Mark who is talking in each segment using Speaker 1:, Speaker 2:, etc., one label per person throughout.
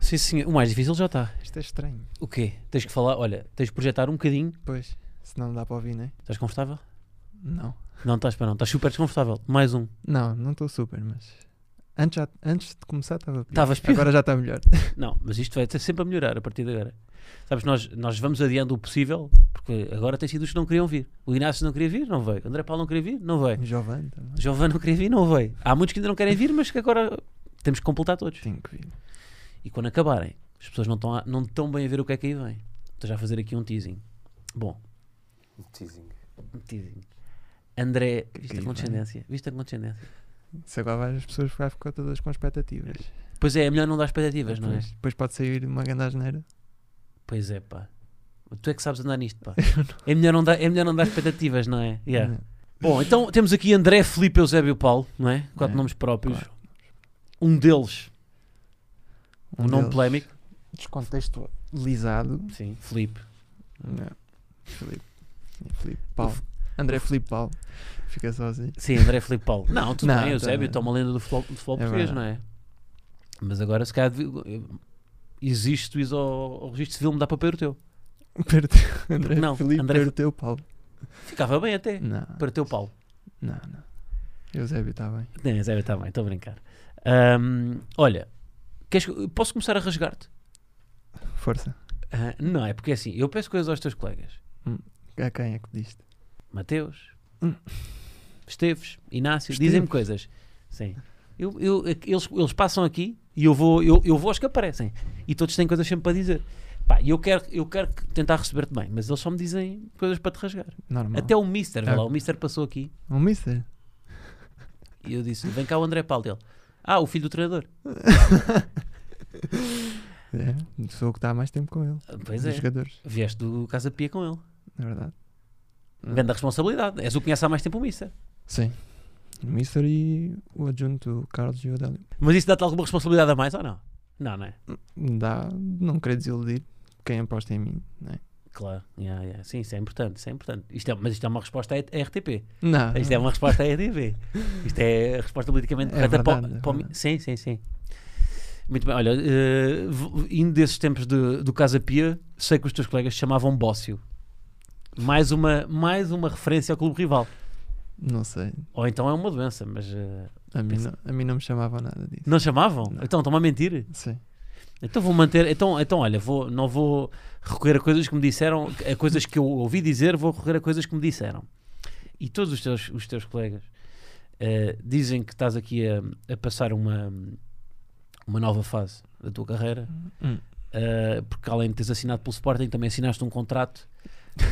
Speaker 1: Sim, senhor. O mais difícil já está.
Speaker 2: Isto é estranho.
Speaker 1: O quê? Tens que falar, olha, tens de projetar um bocadinho.
Speaker 2: Pois, senão não dá para ouvir, não é?
Speaker 1: Estás confortável?
Speaker 2: Não.
Speaker 1: Não estás para não, estás super desconfortável. Mais um.
Speaker 2: Não, não estou super, mas. Antes, já- antes de começar estava pior.
Speaker 1: Estavas pior.
Speaker 2: Agora já está melhor.
Speaker 1: Não, mas isto vai ter sempre a melhorar a partir de agora. Sabes, nós, nós vamos adiando o possível, porque agora tem sido os que não queriam vir. O Inácio não queria vir, não veio. O André Paulo não queria vir, não veio.
Speaker 2: Jovem também.
Speaker 1: O Jovan não queria vir, não veio. Há muitos que ainda não querem vir, mas que agora temos que completar todos.
Speaker 2: Tenho que vir.
Speaker 1: E quando acabarem, as pessoas não estão, a- não estão bem a ver o que é que aí vem. Estou já a fazer aqui um teasing. Bom,
Speaker 3: Teasing.
Speaker 1: um teasing. André,
Speaker 2: Que
Speaker 1: vista
Speaker 2: aí
Speaker 1: a
Speaker 2: vem?
Speaker 1: condescendência, vista a condescendência.
Speaker 2: Se agora vai, as pessoas vai ficar todas com expectativas.
Speaker 1: Pois é, é melhor não dar expectativas, não é?
Speaker 2: Depois, depois pode sair uma grande asneira.
Speaker 1: Pois é, pá. Tu é que sabes andar nisto, pá. É melhor não dar, é melhor não dar expectativas, não é? Yeah.
Speaker 2: Não.
Speaker 1: Bom, então temos aqui André Felipe Eusébio Paulo, não é? Quatro
Speaker 2: É,
Speaker 1: nomes próprios.
Speaker 2: claro.
Speaker 1: Um deles, um, nome
Speaker 2: deles
Speaker 1: polémico.
Speaker 3: Descontextualizado.
Speaker 2: Lisado.
Speaker 1: Sim, Felipe.
Speaker 2: Não. Filipe. Filipe Paulo. André Filipe Paulo. Fica sozinho.
Speaker 1: Sim, André Felipe Paulo. Não, tudo
Speaker 2: Não,
Speaker 1: bem,
Speaker 2: tá
Speaker 1: Eusébio
Speaker 2: bem.
Speaker 1: está uma lenda do futebol, do futebol
Speaker 2: É
Speaker 1: português,
Speaker 2: verdade.
Speaker 1: não é? Mas agora, se calhar, devi- eh, existe o ao, ao registro civil, me dá para pôr o teu.
Speaker 2: Perdeu- André
Speaker 1: Não,
Speaker 2: Filipe
Speaker 1: André- É.
Speaker 2: perdeu Paulo.
Speaker 1: Ficava bem até,
Speaker 2: Não,
Speaker 1: para o teu Paulo.
Speaker 2: não, não. Eusébio está bem.
Speaker 1: Não, Eusébio está bem, estou a brincar. Ahm, olha, queres que- posso começar a rasgar-te?
Speaker 2: Força.
Speaker 1: Ah, não, é porque é assim, eu peço coisas aos teus colegas.
Speaker 2: A quem é que pediste?
Speaker 1: Mateus,
Speaker 2: Hum.
Speaker 1: Esteves, Inácio,
Speaker 2: Esteves.
Speaker 1: dizem-me coisas. Sim. Eu, eu- eles, eles passam aqui e eu vou, eu, eu vou aos que aparecem. E todos têm coisas sempre para dizer. Pá, e eu quero, eu quero que- tentar receber-te bem, mas eles só me dizem coisas para te rasgar.
Speaker 2: Normal.
Speaker 1: Até o Mister, vê
Speaker 2: Ah.
Speaker 1: lá, o Mister passou aqui
Speaker 2: Um mister?
Speaker 1: e eu disse vem cá o André Paulo dele. Ah, o filho do treinador.
Speaker 2: É, sou o que está há mais tempo com ele.
Speaker 1: Ah, Pois
Speaker 2: dos
Speaker 1: é,
Speaker 2: jogadores,
Speaker 1: vieste do Casa Pia com ele.
Speaker 2: na verdade. Hum.
Speaker 1: Grande responsabilidade. És o que conhece há mais tempo o Mister.
Speaker 2: Sim. O mister e o adjunto o Carlos e o Adélio.
Speaker 1: Mas isso dá-te alguma responsabilidade a mais ou não? Não, não é?
Speaker 2: Dá, não querer desiludir quem aposta em mim, não é?
Speaker 1: Claro, yeah, yeah. sim, isso é importante, isso é importante. Isto é, mas isto é uma resposta à RTP.
Speaker 2: Não.
Speaker 1: Isto é uma resposta à EDV. Isto é a resposta politicamente
Speaker 2: Ah. É
Speaker 1: correta para o-
Speaker 2: verdade, é
Speaker 1: para o mi-
Speaker 2: verdade.
Speaker 1: Sim, sim, sim. Muito bem, olha, eh, v- indo desses tempos de- do Casa Pia, sei que os teus colegas se chamavam Bócio. Mais uma, mais uma referência ao clube rival.
Speaker 2: Não sei.
Speaker 1: Ou então é uma doença, mas eh,
Speaker 2: A mim
Speaker 1: Pensa-
Speaker 2: não, a mim não me chamavam nada disso.
Speaker 1: não chamavam?
Speaker 2: Não.
Speaker 1: Então estão-me a mentir?
Speaker 2: Sim.
Speaker 1: Então vou manter. Então, então olha, vou, não vou recorrer a coisas que me disseram, a coisas que eu ouvi dizer, vou recorrer a coisas que me disseram. E todos os teus, os teus colegas eh, dizem que estás aqui a, a passar uma, uma nova fase da tua carreira,
Speaker 2: Hum.
Speaker 1: eh, porque além de teres assinado pelo Sporting, também assinaste um contrato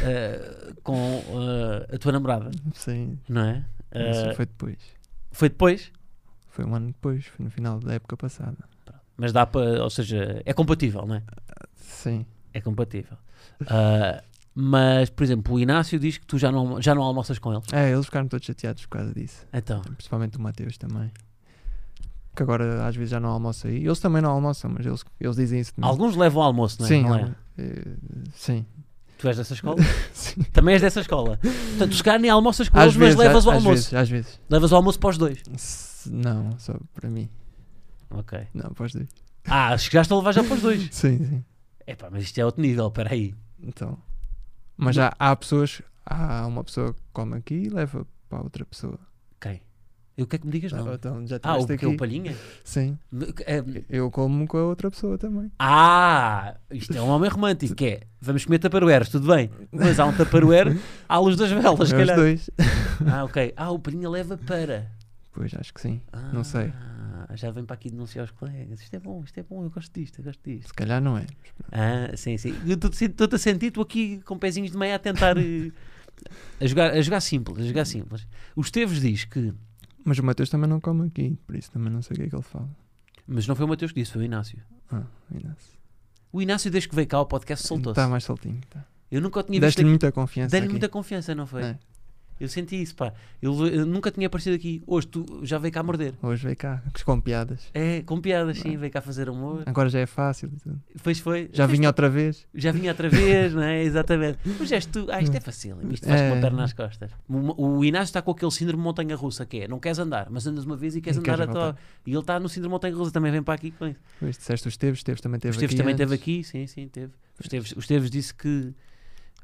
Speaker 1: eh, com eh, a tua namorada,
Speaker 2: Sim.
Speaker 1: não é? Eh,
Speaker 2: Isso foi depois.
Speaker 1: foi depois,
Speaker 2: Foi um ano depois, foi no final da época passada.
Speaker 1: mas dá para, ou seja, é compatível, não é?
Speaker 2: Sim.
Speaker 1: É compatível. Ah, mas, por exemplo, o Inácio diz que tu já não, já não almoças com ele.
Speaker 2: É, eles ficaram todos chateados por causa disso.
Speaker 1: Então,
Speaker 2: Principalmente o Mateus também. Que agora às vezes já não almoça aí. Eles também não almoçam, mas eles, eles dizem isso de mim.
Speaker 1: alguns levam ao almoço, não é?
Speaker 2: Sim,
Speaker 1: Não é?
Speaker 2: algum- eh, sim.
Speaker 1: Tu és dessa escola?
Speaker 2: Sim.
Speaker 1: Também és dessa escola. Portanto, se calhar nem almoças com eles, mas levas o
Speaker 2: às
Speaker 1: almoço.
Speaker 2: Vezes, às vezes.
Speaker 1: Levas o almoço para os dois.
Speaker 2: S- Não, só para mim.
Speaker 1: Ok.
Speaker 2: Não, para os dois.
Speaker 1: Ah, chegaste a levar já para os dois.
Speaker 2: Sim, sim.
Speaker 1: Epá, mas isto é outro nível, espera aí.
Speaker 2: Então. Mas já há pessoas. Há uma pessoa que come aqui e leva para outra pessoa.
Speaker 1: Quem? Eu quero que me digas não.
Speaker 2: Então já
Speaker 1: Ah, o
Speaker 2: tiveste
Speaker 1: que
Speaker 2: aqui.
Speaker 1: o Palhinha?
Speaker 2: Sim.
Speaker 1: Eh,
Speaker 2: Eu como com a outra pessoa também.
Speaker 1: Ah, isto é um homem romântico, que é, vamos comer taparueres, tudo bem. Mas há um taparuer à luz das velas, se
Speaker 2: Comem os
Speaker 1: calhar.
Speaker 2: dois.
Speaker 1: Ah, ok. Ah, o Palhinha leva para.
Speaker 2: Pois acho que sim.
Speaker 1: Ah,
Speaker 2: Não sei.
Speaker 1: Já vem para aqui denunciar os colegas. Isto é bom, isto é bom, eu gosto disto, eu gosto disto.
Speaker 2: Se calhar não é.
Speaker 1: Ah, sim, sim. Eu Estou-te a sentir, estou aqui com pezinhos de meia a tentar. eh, a, jogar, a jogar simples, a jogar simples. O Esteves diz que.
Speaker 2: Mas o Mateus também não come aqui, por isso também não sei o que é que ele fala.
Speaker 1: Mas não foi o Mateus que disse, foi o Inácio.
Speaker 2: Ah, Inácio.
Speaker 1: O Inácio, desde que veio cá ao podcast, soltou-se.
Speaker 2: Está mais soltinho. Tá.
Speaker 1: Eu nunca o tinha visto.
Speaker 2: Deste-lhe
Speaker 1: aqui.
Speaker 2: muita confiança.
Speaker 1: Dei-lhe
Speaker 2: aqui.
Speaker 1: muita confiança, não foi?
Speaker 2: É.
Speaker 1: Eu senti isso, pá. Ele eh, nunca tinha aparecido aqui. Hoje tu já veio cá morder.
Speaker 2: Hoje veio cá, com piadas.
Speaker 1: É, com piadas, sim, veio cá fazer humor.
Speaker 2: Agora já é fácil. e tudo.
Speaker 1: Depois foi.
Speaker 2: Já
Speaker 1: Fez-
Speaker 2: vinha outra vez.
Speaker 1: Já vinha outra vez, não é? Exatamente. Mas és tu. Ah, isto é fácil. Isto faz com uma
Speaker 2: É.
Speaker 1: perna nas costas. O, o Inácio está com aquele síndrome montanha russa que é: não queres andar, mas andas uma vez e queres
Speaker 2: E
Speaker 1: andar
Speaker 2: queres
Speaker 1: até. ao- E ele está no síndrome montanha russa, também vem para aqui com isso.
Speaker 2: Pois disseste os Teves, Teves também teve
Speaker 1: Os Teves
Speaker 2: aqui.
Speaker 1: também esteve
Speaker 2: antes.
Speaker 1: aqui, sim, sim, teve. Os Teves, os Teves disse que.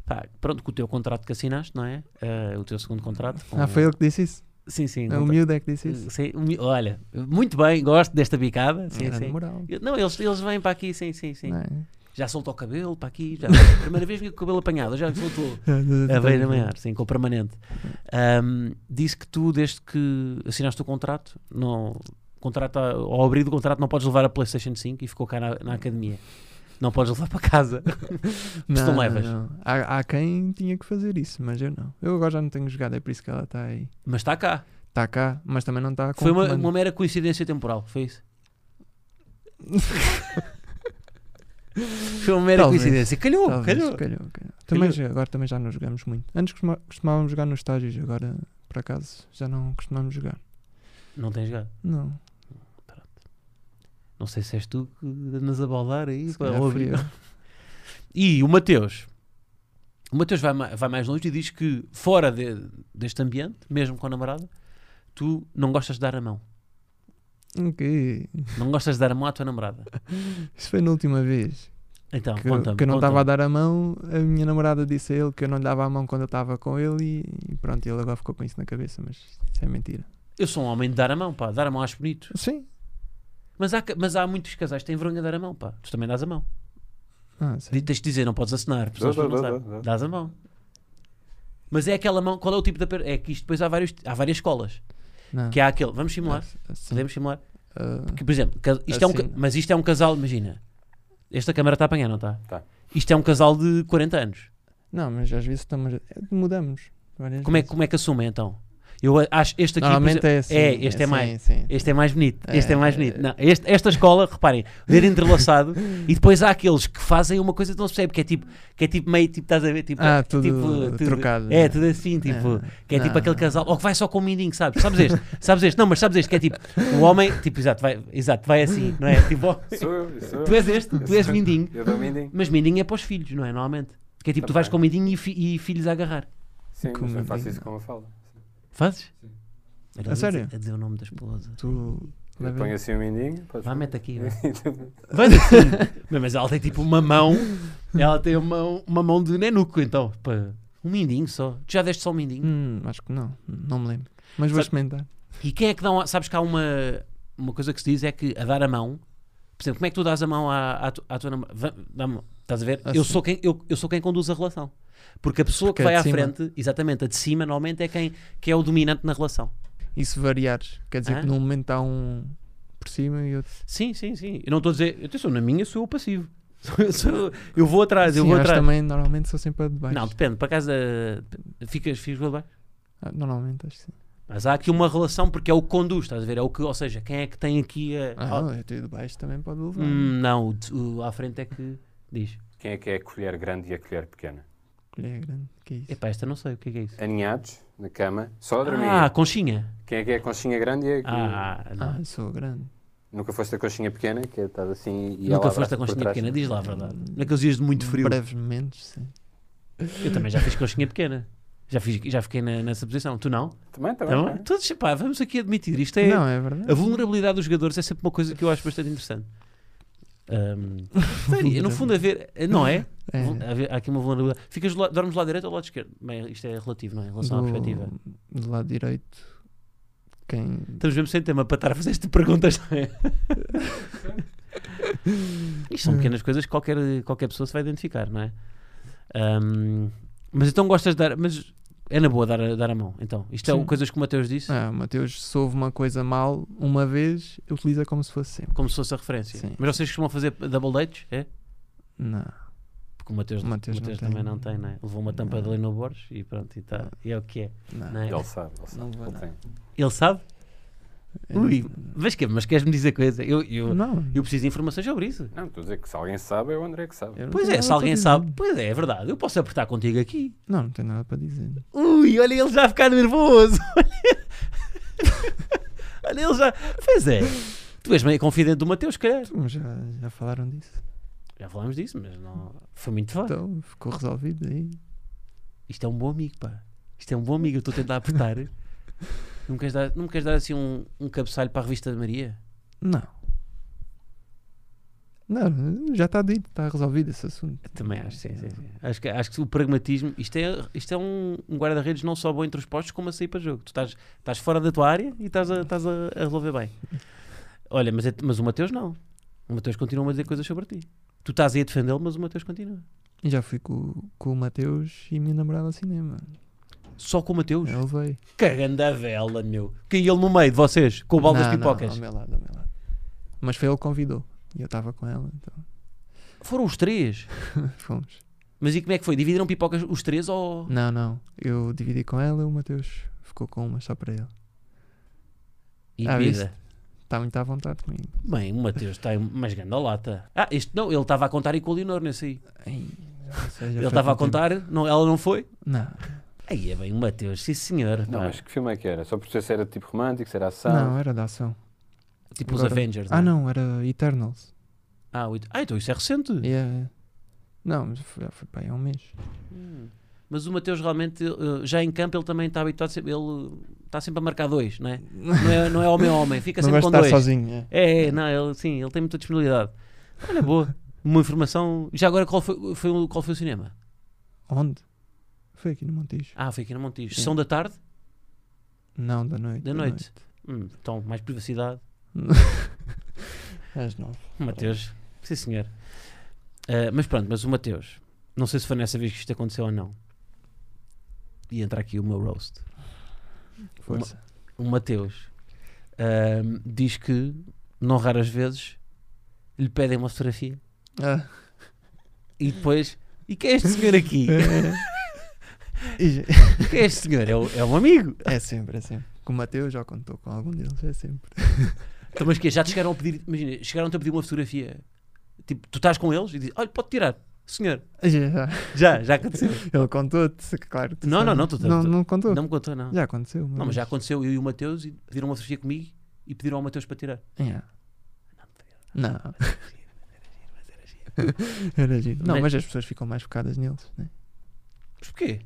Speaker 1: Pá, pronto, com o teu contrato que assinaste, não é? Ah, o teu segundo contrato. com-
Speaker 2: Ah, foi ele que disse isso.
Speaker 1: Sim, sim.
Speaker 2: É
Speaker 1: não
Speaker 2: o
Speaker 1: tá-
Speaker 2: miúdo é que disse isso.
Speaker 1: Sim, humi- Olha, muito bem, gosto desta bicada. Sim,
Speaker 2: Era
Speaker 1: sim.
Speaker 2: moral.
Speaker 1: Eu- Não, eles, eles vêm para aqui, sim, sim, sim.
Speaker 2: não é?
Speaker 1: Já soltou o cabelo para aqui. Já... Primeira vez que o cabelo apanhado, já soltou. A veia maior, sim, com o permanente. Ahm, disse que tu, desde que assinaste o contrato, não, contrato a- ao abrir do contrato, não podes levar a PlayStation 5 e ficou cá na, na academia. Não podes levar para casa. Mas tu levas.
Speaker 2: não. Há, há quem tinha que fazer isso, mas eu não. Eu agora já não tenho jogado, é por isso que ela está aí.
Speaker 1: Mas está cá.
Speaker 2: Está cá, mas também não está com
Speaker 1: Foi uma,
Speaker 2: comando.
Speaker 1: uma mera coincidência temporal. Foi isso. Foi uma mera
Speaker 2: Talvez.
Speaker 1: coincidência. Calhou,
Speaker 2: Talvez,
Speaker 1: calhou.
Speaker 2: calhou, calhou. Também, já- agora também já não jogamos muito. Antes costuma- costumávamos jogar nos estágios, agora por acaso já não costumamos jogar.
Speaker 1: Não tens jogado.
Speaker 2: Não.
Speaker 1: Não sei se és tu que andas a baldar aí.
Speaker 2: se
Speaker 1: pá,
Speaker 2: calhar
Speaker 1: ou-
Speaker 2: fui eu.
Speaker 1: E o Mateus. O Mateus vai, ma- vai mais longe e diz que fora de- deste ambiente, mesmo com a namorada, tu não gostas de dar a mão.
Speaker 2: Ok.
Speaker 1: Não gostas de dar a mão à tua namorada.
Speaker 2: Isso foi na última vez
Speaker 1: Então,
Speaker 2: que,
Speaker 1: conta-me.
Speaker 2: que eu não
Speaker 1: conta-me.
Speaker 2: estava a dar a mão. A minha namorada disse a ele que eu não lhe dava a mão quando eu estava com ele e, e pronto, ele agora ficou com isso na cabeça, mas isso é mentira.
Speaker 1: Eu sou um homem de dar a mão, pá. Dar a mão acho bonito.
Speaker 2: Sim.
Speaker 1: Mas há, ca- mas há muitos casais que têm vergonha de dar a mão, pá. Tu também dás a mão.
Speaker 2: Ah, sim.
Speaker 1: Di- Tens de dizer, não podes assinar. Pessoas
Speaker 3: Dou,
Speaker 1: não
Speaker 3: dou, dou,
Speaker 1: sabem.
Speaker 3: dou, dou.
Speaker 1: Dás a mão. Mas é aquela mão. Qual é o tipo da. per- É que isto depois há, vários, há várias escolas.
Speaker 2: Não.
Speaker 1: Que é um há aquele. Vamos simular.
Speaker 2: Ah,
Speaker 3: É.
Speaker 2: sim.
Speaker 1: Podemos simular.
Speaker 2: Ah,
Speaker 1: Que, por exemplo, ca- isto é um, ca-
Speaker 2: Assim.
Speaker 1: mas isto é um casal, imagina. Esta câmara está a apanhar, não está?
Speaker 3: Tá.
Speaker 1: Isto é um casal de 40 anos.
Speaker 2: não, mas às vezes estamos, é, mudamos. várias
Speaker 1: Como é,
Speaker 2: vezes.
Speaker 1: como é que assumem então? Eu a- acho este aqui. por
Speaker 2: Normalmente
Speaker 1: exemplo,
Speaker 2: é assim.
Speaker 1: é, este é
Speaker 2: sim,
Speaker 1: mais-
Speaker 2: sim.
Speaker 1: Este é mais bonito. Este é,
Speaker 2: É,
Speaker 1: mais
Speaker 2: é.
Speaker 1: bonito. Não, este- esta escola, reparem, o dedo entrelaçado e depois há aqueles que fazem uma coisa que não se percebe, que é tipo, que é tipo meio tipo, estás a ver? Tipo,
Speaker 2: Ah, tudo
Speaker 1: tipo,
Speaker 2: trocado,
Speaker 1: É,
Speaker 2: né?
Speaker 1: tudo assim, tipo.
Speaker 2: Ah,
Speaker 1: Que é tipo
Speaker 2: não,
Speaker 1: aquele
Speaker 2: não.
Speaker 1: casal, ou que vai só com o mindinho, sabes? Sabes este? Sabes este? Não, mas sabes este? Que é tipo, o homem, tipo, exato, vai, exato, vai assim, não é? Tipo, ó,
Speaker 3: Sou eu, sou
Speaker 1: tu
Speaker 3: eu.
Speaker 1: és este, tu és mindinho.
Speaker 3: Eu dou mindinho.
Speaker 1: Mas mindinho é para os filhos, não é? Normalmente. Que é tipo, tu vais com mindinho e, fi- e filhos a agarrar.
Speaker 3: Sim, mas
Speaker 2: Como
Speaker 3: eu faço
Speaker 2: mindinho.
Speaker 3: isso com a fala.
Speaker 1: Fazes?
Speaker 3: Sim.
Speaker 1: Era
Speaker 2: A
Speaker 1: a dizer-
Speaker 2: sério?
Speaker 1: A dizer o nome da esposa.
Speaker 2: Tu
Speaker 3: Eu
Speaker 2: leva-
Speaker 3: ponho assim o mindinho. podes
Speaker 1: Vá,
Speaker 3: pôr.
Speaker 1: mete aqui. Vai.
Speaker 3: Sim,
Speaker 1: Vai assim. Mas- Mas ela tem tipo uma mão. Ela tem uma, uma mão de nenuco, então. pá, Um mindinho só. Tu já deste só um mindinho.
Speaker 2: Hum, acho que não, não me lembro. Mas vou
Speaker 1: Sabe-
Speaker 2: experimentar.
Speaker 1: E quem é que dá. um- Sabes que há uma, uma coisa que se diz é que a dar a mão. Por exemplo, como é que tu dás a mão à, à, tu- à tua namorada? Dá-me. Estás a ver?
Speaker 2: Ah,
Speaker 1: eu,
Speaker 2: sim.
Speaker 1: sou quem, eu, eu sou quem conduz a relação. Porque a pessoa
Speaker 2: Porque
Speaker 1: que vai
Speaker 2: a
Speaker 1: à
Speaker 2: de cima-
Speaker 1: frente, exatamente, a de cima, normalmente é quem, quem é o dominante na relação.
Speaker 2: E se variares, quer dizer
Speaker 1: Hã?
Speaker 2: que num momento há um por cima e outro.
Speaker 1: Sim, sim, sim. Eu não estou a dizer. Atenção, na minha sou eu o passivo. Sou eu- sou- eu vou atrás, eu
Speaker 2: Sim,
Speaker 1: vou
Speaker 2: elas
Speaker 1: atrás.
Speaker 2: também normalmente sou sempre a de baixo.
Speaker 1: Não, depende. Para casa. Ficas, ficas com a de baixo?
Speaker 2: Ah, Normalmente acho que sim.
Speaker 1: Mas há aqui uma relação porque é o que conduz, estás a ver? É o que, ou seja, quem é que tem aqui a.
Speaker 2: Ah, não, eu tenho de baixo também pode levar.
Speaker 1: Hum, não, o de- o à frente é que diz.
Speaker 3: Quem é que é a colher grande e a colher pequena?
Speaker 2: Colher grande, que é isso?
Speaker 1: Epá, esta não sei o que é que é isso.
Speaker 3: Aninhados, na cama, só a dormir.
Speaker 1: Ah, conchinha.
Speaker 3: Quem é que é a conchinha grande e a
Speaker 1: Ah, não.
Speaker 2: Ah, eu sou grande.
Speaker 3: Nunca foste a conchinha pequena, que é estás assim e ela
Speaker 1: Nunca foste a
Speaker 3: abraça-te por
Speaker 1: conchinha
Speaker 3: trás.
Speaker 1: pequena, diz lá a verdade. Naqueles dias de muito frio.
Speaker 2: Breves momentos, sim.
Speaker 1: Eu também já fiz conchinha pequena. Já, fiz, já fiquei na- nessa posição. Tu não?
Speaker 3: Também,
Speaker 1: Tá
Speaker 3: também.
Speaker 1: bom?
Speaker 3: também.
Speaker 1: Todos, pá, vamos aqui admitir. Isto é.
Speaker 2: Não, é verdade.
Speaker 1: A vulnerabilidade dos jogadores é sempre uma coisa que eu acho bastante interessante. Ahm, faria, no fundo, haver. Não é?
Speaker 2: É,
Speaker 1: Vul- haver- Há aqui uma vulnerabilidade. Ficas do la- dormes do lado direito ou do lado esquerdo? Bem, isto é relativo, não é? Em relação à perspectiva.
Speaker 2: do, do lado direito, quem.
Speaker 1: Estamos mesmo sem tema para estar a fazer este tipo de perguntas, não é? Isto são pequenas coisas que qualquer, qualquer pessoa se vai identificar, não é? Ahm, mas então gostas de dar. Mas é na boa dar, a- dar a mão, então. Isto são
Speaker 2: Sim.
Speaker 1: coisas que o Mateus disse,
Speaker 2: Ah, o Mateus, se houve uma coisa mal uma vez, utiliza como se fosse sempre.
Speaker 1: como se fosse a referência.
Speaker 2: Sim.
Speaker 1: Mas vocês costumam fazer double dates? É?
Speaker 2: Não.
Speaker 1: Porque o Mateus,
Speaker 2: O Mateus
Speaker 1: o
Speaker 2: não
Speaker 1: Mateus
Speaker 2: tem.
Speaker 1: também não tem, não é? Levou uma tampa
Speaker 2: Não. Ah.
Speaker 1: de Lino Borges e pronto, e, tá, e é o que é.
Speaker 2: Não.
Speaker 1: não é?
Speaker 3: Ele sabe, ele sabe.
Speaker 2: Não vou
Speaker 3: ele
Speaker 2: nada.
Speaker 3: tem.
Speaker 1: Ele sabe? Ui, mas, que, mas queres-me dizer coisa? Eu, eu,
Speaker 2: Não.
Speaker 1: eu preciso de informações sobre isso.
Speaker 3: Não, estou a dizer que se alguém sabe, é o André que sabe.
Speaker 2: eu não
Speaker 1: Pois
Speaker 2: tenho
Speaker 1: é, se
Speaker 2: nada
Speaker 1: alguém
Speaker 2: para
Speaker 1: sabe,
Speaker 2: dizer.
Speaker 1: pois é, é verdade. Eu posso apertar contigo aqui.
Speaker 2: Não, não tenho nada para dizer.
Speaker 1: Ui, olha ele já a ficar nervoso. olha ele já. Pois é. Tu és meio confidente do Mateus, se calhar.
Speaker 2: Mas Então, já, já falaram disso.
Speaker 1: Já falámos disso, mas não. Foi muito fácil.
Speaker 2: Então ficou resolvido aí.
Speaker 1: Isto é um bom amigo, pá. Isto é um bom amigo. Eu estou a tentar apertar. não, me queres dar, não me queres dar assim um, um cabeçalho para a revista de Maria?
Speaker 2: Não. Não, já está dito, está resolvido esse assunto.
Speaker 1: Também acho, sim,
Speaker 2: É.
Speaker 1: sim, sim. Acho que, acho que o pragmatismo. Isto é, isto é um, um guarda-redes não só bom entre os postos, como a sair para jogo. Tu estás, estás fora da tua área e estás a, estás a, a resolver bem. Olha, mas, é- mas o Mateus não. O Mateus continua a dizer coisas sobre ti. Tu estás aí a defendê-lo, mas o Mateus continua.
Speaker 2: E já fui com, com o Mateus e minha namorada ao cinema.
Speaker 1: Só com o Mateus.
Speaker 2: Eu levei.
Speaker 1: Cagando a vela, meu. Caiu ele no meio de vocês, com o balde das
Speaker 2: Não, não,
Speaker 1: pipocas.
Speaker 2: ao meu lado, ao meu lado. Mas foi ele que convidou. E eu estava com ela, então
Speaker 1: Foram os três.
Speaker 2: fomos.
Speaker 1: Mas e como é que foi? Dividiram pipocas os três ou.
Speaker 2: Não, não. Eu dividi com ela o Mateus ficou com uma só para ele.
Speaker 1: E
Speaker 2: Ah,
Speaker 1: vida.
Speaker 2: Está muito à vontade comigo.
Speaker 1: Bem, o Mateus está mais grande a lata. Ah, este não, ele estava a contar e com o Leonor, nesse aí.
Speaker 2: Ei, não sei, já
Speaker 1: Ele
Speaker 2: foi
Speaker 1: estava a
Speaker 2: há tanto tempo.
Speaker 1: contar, não, ela não foi.
Speaker 2: Não,
Speaker 1: Aí é bem o Mateus, sim senhor.
Speaker 3: Não,
Speaker 1: pá.
Speaker 3: mas que filme é que era? Só por ser se era de tipo romântico, se era ação?
Speaker 2: não, era da ação.
Speaker 1: Tipo os
Speaker 2: Agora-
Speaker 1: Avengers.
Speaker 2: Ah,
Speaker 1: Tá. é?
Speaker 2: não, era Eternals.
Speaker 1: Ah, oito- ah, então isso é recente.
Speaker 2: Yeah, yeah. Não, mas foi- já foi para aí há um mês.
Speaker 1: Hum. Mas o Mateus realmente, eh, já em campo, ele também está habituado, sempre- ele está sempre a marcar dois, não é? Não é, não é homem a homem, fica
Speaker 2: Não
Speaker 1: sempre
Speaker 2: vais
Speaker 1: com
Speaker 2: estar
Speaker 1: dois.
Speaker 2: sozinho. é.
Speaker 1: É, é, não, ele, sim, ele tem muita disponibilidade. Olha, boa. Uma informação. Já agora, qual foi, foi o- qual foi o cinema?
Speaker 2: Onde? Foi aqui no Montijo.
Speaker 1: Ah, foi aqui no Montijo.
Speaker 2: Sim.
Speaker 1: Sessão da tarde?
Speaker 2: Não, da noite.
Speaker 1: Da noite. Hum, então, mais privacidade.
Speaker 2: Às nove.
Speaker 1: Mateus, sim senhor. Ah, mas pronto, mas o Mateus, não sei se foi nessa vez que isto aconteceu ou não. E entra aqui o meu roast.
Speaker 2: Força.
Speaker 1: O Mateus ahm, diz que, não raras vezes, lhe pedem uma fotografia
Speaker 2: Ah,
Speaker 1: e depois. E quem é este senhor aqui?
Speaker 2: é. E já-
Speaker 1: Quem é este senhor? É, o- é um amigo.
Speaker 2: é sempre, é sempre. Com o Mateus já contou com algum deles, é sempre.
Speaker 1: Então, mas que é, já te chegaram a pedir, imagina, chegaram-te a pedir uma fotografia. Tipo, tu estás com eles e dizes, olha, pode tirar, senhor.
Speaker 2: Já, já.
Speaker 1: Já, já aconteceu.
Speaker 2: Ele contou-te, se- claro. tu
Speaker 1: Não,
Speaker 2: sabes.
Speaker 1: não, não, tu- tu-
Speaker 2: não,
Speaker 1: tu-
Speaker 2: não contou.
Speaker 1: Não me contou, não.
Speaker 2: Já aconteceu. uma
Speaker 1: Não, mas já
Speaker 2: vez.
Speaker 1: aconteceu eu e o Mateus e pediram uma fotografia comigo e pediram ao Mateus para tirar.
Speaker 2: Yeah. Não. Era giro. Não,
Speaker 1: Mas-
Speaker 2: mas as pessoas ficam mais focadas neles, né?
Speaker 1: Mas porquê?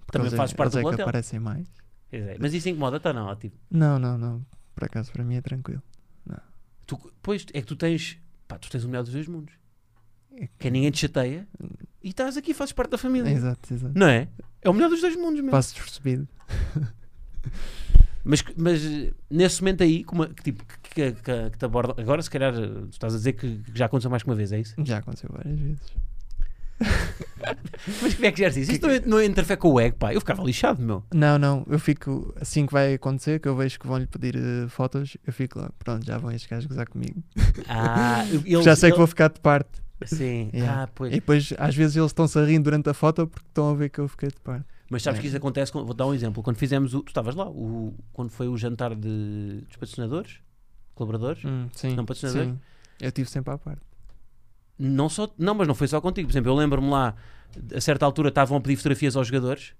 Speaker 2: Porque
Speaker 1: Também
Speaker 2: eles é-
Speaker 1: fazes parte
Speaker 2: eles
Speaker 1: do
Speaker 2: é que
Speaker 1: plantel.
Speaker 2: aparecem mais.
Speaker 1: Pois é, Mas isso incomoda, tá não? Tipo,
Speaker 2: Não, não, não. Por acaso, para mim é tranquilo.
Speaker 1: tu, pois é que tu tens, pá, tu tens o melhor dos dois mundos. Que é ninguém te chateia e estás aqui, fazes parte da família.
Speaker 2: Exato, exato.
Speaker 1: Não é? É o melhor dos dois mundos mesmo.
Speaker 2: Passo despercebido.
Speaker 1: Mas, mas eh, nesse momento aí, como, que, tipo, que, que- que te aborda. Agora, se calhar, eh, tu estás a dizer que, que já aconteceu mais que uma vez, é isso?
Speaker 2: Já aconteceu várias vezes.
Speaker 1: Mas como é que já disse? Isto não, não interfere com o ego, pá. Eu ficava lixado, meu.
Speaker 2: Não, não, eu fico assim que vai acontecer, que eu vejo que vão-lhe pedir eh, fotos, eu fico lá, pronto, já vão estes gajos gozar comigo.
Speaker 1: Ah, eles-
Speaker 2: já sei que vou
Speaker 1: eles-
Speaker 2: ficar de parte.
Speaker 1: Sim,
Speaker 2: Yeah.
Speaker 1: ah, pois.
Speaker 2: E depois, às vezes, eles estão-se a rir durante a foto porque estão a ver que eu fiquei de parte.
Speaker 1: Mas sabes
Speaker 2: É.
Speaker 1: que isso acontece, com- vou dar um exemplo. Quando fizemos o. Tu estavas lá, o, quando foi o jantar de, dos patrocinadores, colaboradores,
Speaker 2: sim.
Speaker 1: Não podes saber?
Speaker 2: Sim. Eu estive sempre à parte.
Speaker 1: não só. Não, mas não foi só contigo. Por exemplo, eu lembro-me lá, a certa altura estavam a pedir fotografias aos jogadores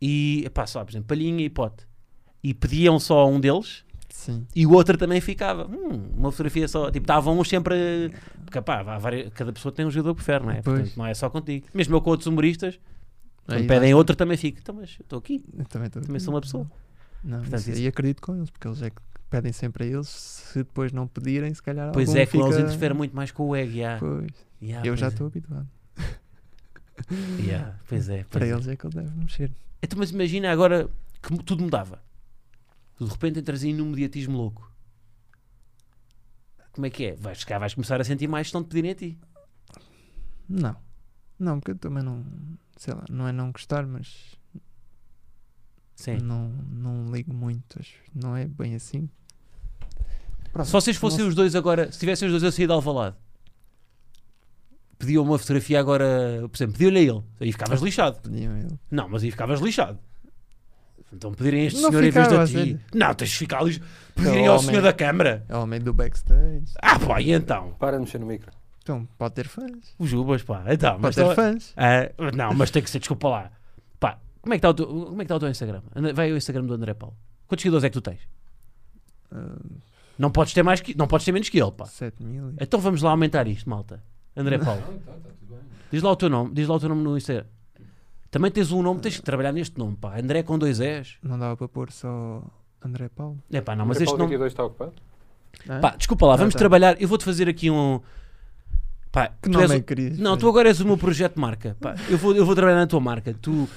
Speaker 1: e, pá, só, por exemplo, Palhinha e Pote. E pediam só a um deles
Speaker 2: Sim.
Speaker 1: e o outro também ficava. Hum, uma fotografia só. Tipo, estavam uns sempre. a- Porque, pá, há várias- cada pessoa tem um jogador que prefere, não é?
Speaker 2: Pois.
Speaker 1: Portanto, não é só contigo. Mesmo eu com outros humoristas, quando
Speaker 2: Aí
Speaker 1: pedem
Speaker 2: dá-
Speaker 1: outro também fico. Então, mas eu estou aqui,
Speaker 2: Eu também, estou-
Speaker 1: também sou uma pessoa.
Speaker 2: Não,
Speaker 1: Portanto,
Speaker 2: isso
Speaker 1: isso-
Speaker 2: aí acredito com eles, porque eles é que pedem sempre a eles, se depois não pedirem, se calhar
Speaker 1: Pois
Speaker 2: algum
Speaker 1: é, que
Speaker 2: fica...
Speaker 1: eles interferem muito mais com o ego, yeah.
Speaker 2: Pois,
Speaker 1: Yeah,
Speaker 2: eu
Speaker 1: pois
Speaker 2: já
Speaker 1: é.
Speaker 2: estou habituado.
Speaker 1: Yeah, pois é.
Speaker 2: Para
Speaker 1: pois é.
Speaker 2: eles é que eu devo mexer.
Speaker 1: Então, mas imagina agora que mu- tudo mudava. Tu de repente entras aí num mediatismo louco. Como é que é? Vais, cá vais começar a sentir mais estão te pedirem a ti.
Speaker 2: Não. Não, porque eu também não. Sei lá, não é não gostar, mas
Speaker 1: Sim.
Speaker 2: não, não ligo muito. acho. Não é bem assim.
Speaker 1: Se vocês fossem os dois agora, se tivessem os dois a sair de Alvalade, pediam uma fotografia agora, por exemplo, pediam-lhe a ele, aí ficavas lixado.
Speaker 2: Pediam ele.
Speaker 1: Não, mas aí ficavas lixado. Então pedirem a este
Speaker 2: Não
Speaker 1: senhor em vez de
Speaker 2: ficava
Speaker 1: a
Speaker 2: a
Speaker 1: ti.
Speaker 2: sério.
Speaker 1: Não, tens de ficar ali. Pedirem ao
Speaker 2: homem.
Speaker 1: senhor da câmara.
Speaker 2: É o homem do backstage.
Speaker 1: Ah, pá, e então?
Speaker 3: Para de mexer no micro.
Speaker 2: Então, pode ter fãs.
Speaker 1: Os Ubas, pá. Então,
Speaker 2: Pode
Speaker 1: mas
Speaker 2: ter
Speaker 1: então-
Speaker 2: fãs.
Speaker 1: Ah, não, mas tem que ser, desculpa lá. Pá, como é que está o teu, como é que tá o teu Instagram? Anda- Vai ao Instagram do André Paulo. Quantos seguidores é que tu tens?
Speaker 2: Ah,
Speaker 1: Não podes ter, mais que, não podes ter menos que ele, pá.
Speaker 2: 7 mil. e-
Speaker 1: Então vamos lá aumentar isto, malta. André Paulo.
Speaker 2: tá,
Speaker 1: Diz lá o teu nome, diz lá o teu nome no Instagram. Também tens um nome, tens que trabalhar neste nome, pá. André com dois S.
Speaker 2: Não dava para pôr só André Paulo.
Speaker 1: É pá, não, mas
Speaker 3: André
Speaker 1: este
Speaker 3: Paulo
Speaker 1: nome.
Speaker 3: 22 está ocupado?
Speaker 2: Hã?
Speaker 1: Pá, desculpa lá,
Speaker 2: Tá,
Speaker 1: vamos
Speaker 2: tá.
Speaker 1: trabalhar. Eu vou-te fazer aqui um. Pá,
Speaker 2: que
Speaker 1: tu
Speaker 2: nome
Speaker 1: és
Speaker 2: é
Speaker 1: o-
Speaker 2: que querias?
Speaker 1: Não, tu agora és o meu projeto de marca. Pá, eu, vou, eu vou trabalhar na tua marca. Tu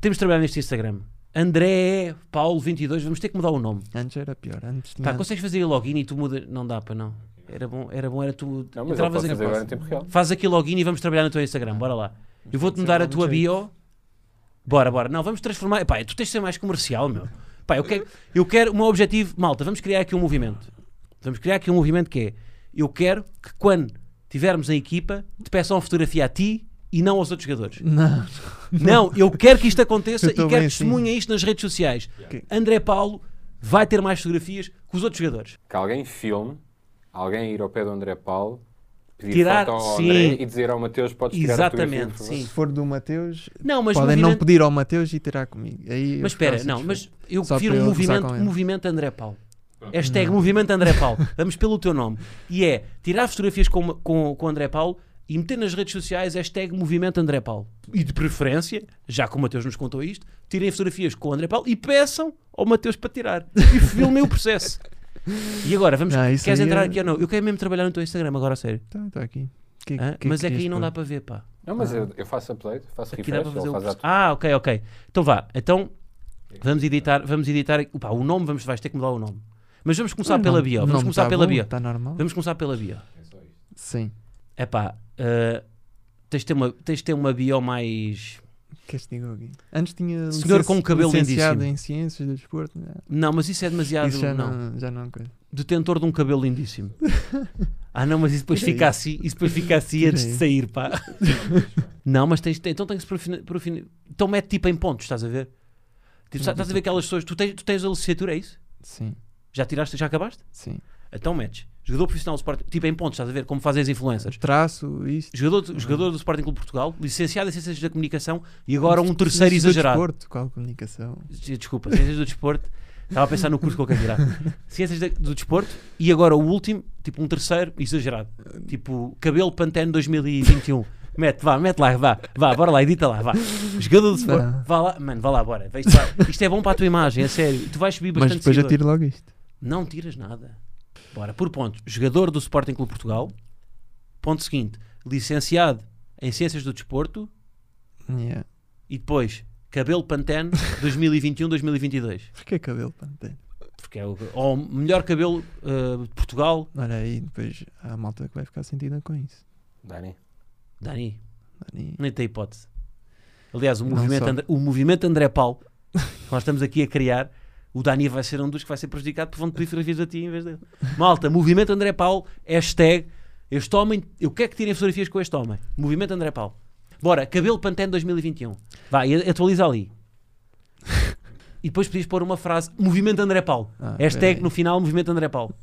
Speaker 1: temos de trabalhar neste Instagram. André Paulo 22, vamos ter que mudar o nome.
Speaker 2: Antes era pior. Antes
Speaker 1: Pá,
Speaker 2: tinha-
Speaker 1: consegues fazer aí login e tu mudas. Não dá, pá, não. Era bom, era bom, era tu.
Speaker 3: Não, mas ele
Speaker 1: entravas
Speaker 3: pode
Speaker 1: em-
Speaker 3: fazer agora em tempo real.
Speaker 1: Faz aqui login e vamos trabalhar no teu Instagram, bora lá. Eu vou-te
Speaker 2: Tem que
Speaker 1: mudar
Speaker 2: ser
Speaker 1: a tua
Speaker 2: algum jeito.
Speaker 1: bio. Bora, bora. Não, vamos transformar. Pá, tu tens de ser mais comercial, meu. Pá, eu quero, eu quero. O meu objetivo, malta, vamos criar aqui um movimento. Vamos criar aqui um movimento que é: eu quero que quando tivermos em equipa, te peçam fotografia a ti e não aos outros jogadores.
Speaker 2: Não.
Speaker 1: Não, eu quero que isto aconteça
Speaker 2: Eu
Speaker 1: e
Speaker 2: tô
Speaker 1: quero que
Speaker 2: bem assim.
Speaker 1: testemunha isto nas redes sociais.
Speaker 2: Ok.
Speaker 1: André Paulo vai ter mais fotografias que os outros jogadores.
Speaker 3: Que alguém filme, alguém ir ao pé do André Paulo, pedir
Speaker 1: Tirar-
Speaker 3: foto ao
Speaker 1: sim.
Speaker 3: André e dizer ao Mateus, podes tirar a
Speaker 1: Exatamente,
Speaker 3: tua
Speaker 1: sim.
Speaker 2: Se for do Mateus,
Speaker 1: Não, mas
Speaker 2: podem não
Speaker 1: movimento-
Speaker 2: pedir ao Mateus e tirar comigo. Aí eu
Speaker 1: Mas espera,
Speaker 2: ficava
Speaker 1: não, mas
Speaker 2: satisfeito.
Speaker 1: eu
Speaker 2: Só
Speaker 1: prefiro
Speaker 2: para eu gozar
Speaker 1: movimento,
Speaker 2: com ele.
Speaker 1: movimento André Paulo. Hashtag movimento André Paulo. Vamos pelo teu nome. E é tirar fotografias com, com, com André Paulo e meter nas redes sociais hashtag movimento André Paulo. E de preferência, já que o Mateus nos contou isto, tirem fotografias com o André Paulo e peçam ao Mateus para tirar. E filmem o processo. E agora, vamos.
Speaker 2: Não, isso
Speaker 1: queres
Speaker 2: aí
Speaker 1: entrar
Speaker 2: é-
Speaker 1: aqui ou não? Eu quero mesmo trabalhar no teu Instagram agora, a sério.
Speaker 2: Então, está aqui. Que-
Speaker 1: Hã?
Speaker 2: que
Speaker 1: Mas é que aí
Speaker 2: querias
Speaker 1: não
Speaker 2: pôr?
Speaker 1: dá para ver, pá.
Speaker 3: Não, mas eu, eu faço upload, faço
Speaker 1: Aqui dá para
Speaker 3: refresh,
Speaker 1: fazer
Speaker 3: ele
Speaker 1: o
Speaker 3: faz
Speaker 1: processo.
Speaker 3: a...
Speaker 1: Ah, ok, ok. Então vá. Então vamos editar, vamos editar. Opa, o nome vamos, vais ter que mudar o nome. Mas vamos começar
Speaker 2: Não,
Speaker 1: pela
Speaker 2: não,
Speaker 1: bio.
Speaker 2: não
Speaker 1: Vamos começar
Speaker 2: tá
Speaker 1: pela
Speaker 2: bom,
Speaker 1: bio.
Speaker 2: Está normal?
Speaker 1: Vamos começar pela bio.
Speaker 2: Sim.
Speaker 1: Epá, eh, tens, de ter uma, tens de ter uma bio mais.
Speaker 2: Castigo alguém. Antes tinha
Speaker 1: Senhor com um cabelo
Speaker 2: licenciado
Speaker 1: lindíssimo.
Speaker 2: em ciências do desporto. né?
Speaker 1: Não, mas isso é demasiado.
Speaker 2: Isso já
Speaker 1: não.
Speaker 2: não, já não é uma coisa.
Speaker 1: Detentor de um cabelo lindíssimo. ah, não, mas isso depois
Speaker 2: Tira
Speaker 1: fica
Speaker 2: aí.
Speaker 1: assim. Isso depois fica assim
Speaker 2: Tira
Speaker 1: antes de
Speaker 2: aí.
Speaker 1: sair, pá. não, mas tens. Então tem que se profina- profina- Então mete tipo em pontos, estás a ver? Tipo,
Speaker 2: Não,
Speaker 1: estás a
Speaker 2: mas-
Speaker 1: ver aquelas pessoas. Tu tens, tu tens a licenciatura, é isso?
Speaker 2: Sim,
Speaker 1: Já tiraste, já acabaste?
Speaker 2: sim.
Speaker 1: Então metes. Jogador profissional do Sporting, tipo em pontos, estás a ver como fazem as influencers.
Speaker 2: Traço, isto.
Speaker 1: Jogador, jogador do Sporting Clube de Portugal, licenciado em Ciências da Comunicação e agora um terceiro
Speaker 2: Ciências do
Speaker 1: exagerado.
Speaker 2: Desporto, qual comunicação?
Speaker 1: Desculpa, Ciências do Desporto. Estava a pensar no curso que eu quero tirar. Ciências da- do Desporto e agora o último, tipo um terceiro exagerado. Tipo, cabelo Pantene 2021. Mete, vá, mete lá, vá, vá, bora lá, edita lá, vá. Jogador do Sporting,
Speaker 2: Não.
Speaker 1: vá lá, mano, vá lá, bora. Vê Isto, vai- isto é bom para a tua imagem, é sério. Tu vais subir
Speaker 2: Mas
Speaker 1: bastante
Speaker 2: depois eu
Speaker 1: seguidores.
Speaker 2: tiro logo isto.
Speaker 1: Não tiras nada. Bora, por pontos. Jogador do Sporting Clube de Portugal. Ponto seguinte. Licenciado em Ciências do Desporto.
Speaker 2: Yeah.
Speaker 1: E depois, cabelo Pantene 2021-2022.
Speaker 2: Porquê cabelo? pá? Tem.
Speaker 1: Porque é o ou o melhor cabelo eh, de Portugal.
Speaker 2: Olha aí, depois há a malta que vai ficar sentida com isso.
Speaker 3: Dani,
Speaker 1: Dani,
Speaker 2: Dani.
Speaker 1: nem tem hipótese. Aliás, o
Speaker 2: Não
Speaker 1: movimento,
Speaker 2: só.
Speaker 1: André, o movimento André Paulo, que nós estamos aqui a criar, o Dani vai ser um dos que vai ser prejudicado porque vão pedir fotografias a ti em vez dele. Malta, movimento André Paulo, hashtag, este homem, eu quero que tirem fotografias com este homem. Movimento André Paulo. Bora, cabelo Pantene 2021. Vai, e- atualiza ali. E depois podias pôr uma frase, movimento André Paulo.
Speaker 2: Ah,
Speaker 1: Hashtag
Speaker 2: peraí.
Speaker 1: no final, movimento André Paulo.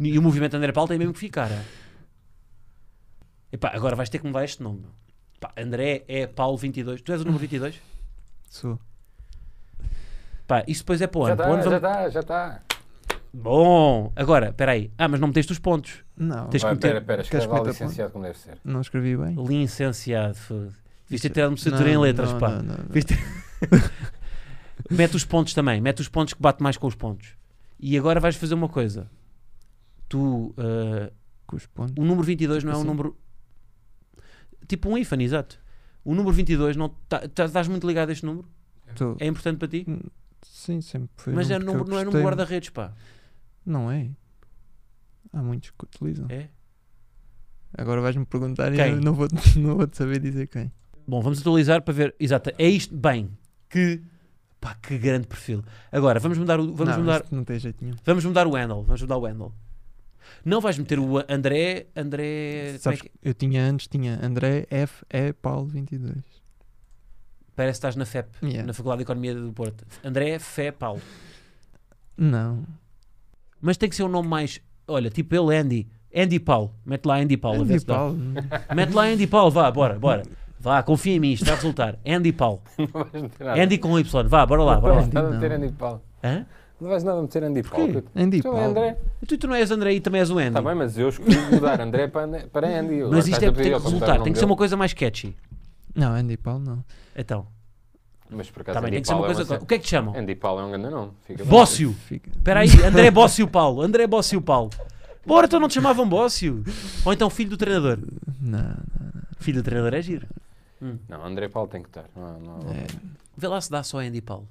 Speaker 1: e o movimento André Paulo tem mesmo que ficar. é. Epá, agora vais ter que mudar este nome. meu. Pá, André é Paulo 22. Tu és o número 22?
Speaker 2: Sou.
Speaker 1: Pá, isso depois é para o
Speaker 3: já
Speaker 1: ano. Para o
Speaker 3: está,
Speaker 1: ano
Speaker 3: já tá.
Speaker 1: vamos-
Speaker 3: está, já está.
Speaker 1: Bom, agora, espera aí. Ah, mas não meteste os pontos.
Speaker 2: Não,
Speaker 1: Tens- Queres
Speaker 3: Vai,
Speaker 1: que meter-
Speaker 3: Espera, espera,
Speaker 2: queres
Speaker 3: escreve lá
Speaker 2: meter
Speaker 3: licenciado como deve ser.
Speaker 2: não escrevi bem.
Speaker 1: Licenciado. foda. Viste
Speaker 2: Isso-
Speaker 1: ter uma licenciatura em
Speaker 2: Não,
Speaker 1: letras,
Speaker 2: não,
Speaker 1: pá.
Speaker 2: não, não, não.
Speaker 1: Viste? mete os pontos também. Mete os pontos que bate mais com os pontos. E agora vais fazer uma coisa. Tu, ah,
Speaker 2: Com os pontos.
Speaker 1: o número 22 não é um
Speaker 2: Assim.
Speaker 1: número... Tipo um ífone, exato. O número 22, não, tá, tá- estás muito ligado a este número?
Speaker 2: Tô- Hum,
Speaker 1: É importante para ti?
Speaker 2: Sim, sempre foi.
Speaker 1: Mas é
Speaker 2: um que eu
Speaker 1: número, não é número
Speaker 2: gostei.
Speaker 1: guarda-redes, pá.
Speaker 2: Não é. Há muitos que utilizam.
Speaker 1: É?
Speaker 2: Agora vais-me perguntar e
Speaker 1: Quem?
Speaker 2: eu não vou, não vou te saber dizer quem.
Speaker 1: Bom, vamos atualizar para ver. Exato, é isto bem. Que. Pá, que grande perfil. Agora, vamos mudar o. Vamos
Speaker 2: não,
Speaker 1: mudar,
Speaker 2: isto Não tem jeito nenhum.
Speaker 1: vamos mudar o handle. Vamos mudar o handle. Não vais meter o André. André. como é
Speaker 2: Sabes,
Speaker 1: que-
Speaker 2: Eu tinha antes, tinha André F. E. Paulo 22.
Speaker 1: Parece que estás na FEP,
Speaker 2: Yeah.
Speaker 1: na Faculdade de Economia do Porto. André Fé Paulo.
Speaker 2: Não.
Speaker 1: Mas tem que ser um nome mais. Olha, tipo ele, Andy. Andy Paulo. Mete lá Andy Paulo. a ver
Speaker 2: Andy
Speaker 1: se dá.
Speaker 2: Paulo.
Speaker 1: Mete lá Andy Paulo, vá, bora, bora. Vá, confia em mim, isto vai resultar. Andy Paulo.
Speaker 3: Não vais meter nada.
Speaker 1: Andy com Y, vá, bora lá,
Speaker 3: não
Speaker 1: bora
Speaker 3: vais
Speaker 1: lá.
Speaker 3: nada
Speaker 2: Não.
Speaker 3: meter Andy Paulo.
Speaker 1: Hã?
Speaker 3: Não vais nada meter Andy Paulo.
Speaker 2: Andy
Speaker 3: Tu é
Speaker 2: Paulo.
Speaker 3: André.
Speaker 1: Tu, tu não és André e também és o Andy.
Speaker 3: Está Tá bem, mas eu escolhi mudar André para André- para Andy. Agora
Speaker 1: Mas isto
Speaker 3: estás
Speaker 1: é,
Speaker 3: a pedir
Speaker 1: tem que
Speaker 3: ao computador
Speaker 1: resultar,
Speaker 3: o
Speaker 1: tem
Speaker 3: nome
Speaker 1: que ser uma
Speaker 3: dele.
Speaker 1: coisa mais catchy.
Speaker 2: Não, Andy Paulo não.
Speaker 1: Então,
Speaker 3: Mas por acaso
Speaker 1: está bem,
Speaker 3: Andy
Speaker 1: tem que ser uma
Speaker 3: Paulo é
Speaker 1: coisa.
Speaker 3: uma
Speaker 1: O que é que te chamam?
Speaker 3: cena- Andy Paulo é um grande nome. Fica bem.
Speaker 1: Bócio.
Speaker 2: Fica.
Speaker 1: Espera aí, André Bócio Paulo. André Bócio Paulo. Bora, então não te chamavam Bócio. Ou então filho do treinador.
Speaker 2: Não, não.
Speaker 1: Filho do treinador é giro.
Speaker 3: Não, André Paulo tem que estar. Não, não,
Speaker 2: É,
Speaker 1: Vê lá se dá só Andy Paulo.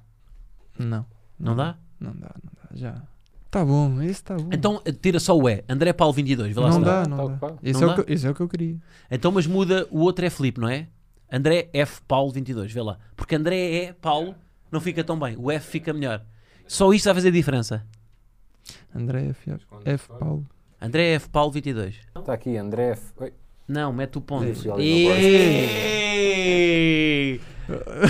Speaker 2: não.
Speaker 1: Não dá?
Speaker 2: Não dá, não dá. Já. Tá bom, esse tá bom.
Speaker 1: Então tira só o E. André Paulo 22. Vê lá
Speaker 2: não
Speaker 1: se dá.
Speaker 2: dá,
Speaker 3: Tá
Speaker 2: não dá.
Speaker 3: ocupado.
Speaker 2: Isso
Speaker 1: Não
Speaker 2: é, O que, isso é o que eu queria.
Speaker 1: Então, mas muda, o outro é Felipe, não é? André F. Paulo 22, vê lá. Porque André E. Paulo não fica tão bem, o F fica melhor. Só isto vai fazer diferença.
Speaker 2: André F. F. Paulo.
Speaker 1: André F. Paulo 22.
Speaker 3: Está aqui André. F- Oi.
Speaker 1: Não, mete o ponto.
Speaker 3: Sim, olha,
Speaker 1: Eeeeeeeeeeeeeeeeeeeeeeeeeeeeeeeeeeeeeeee.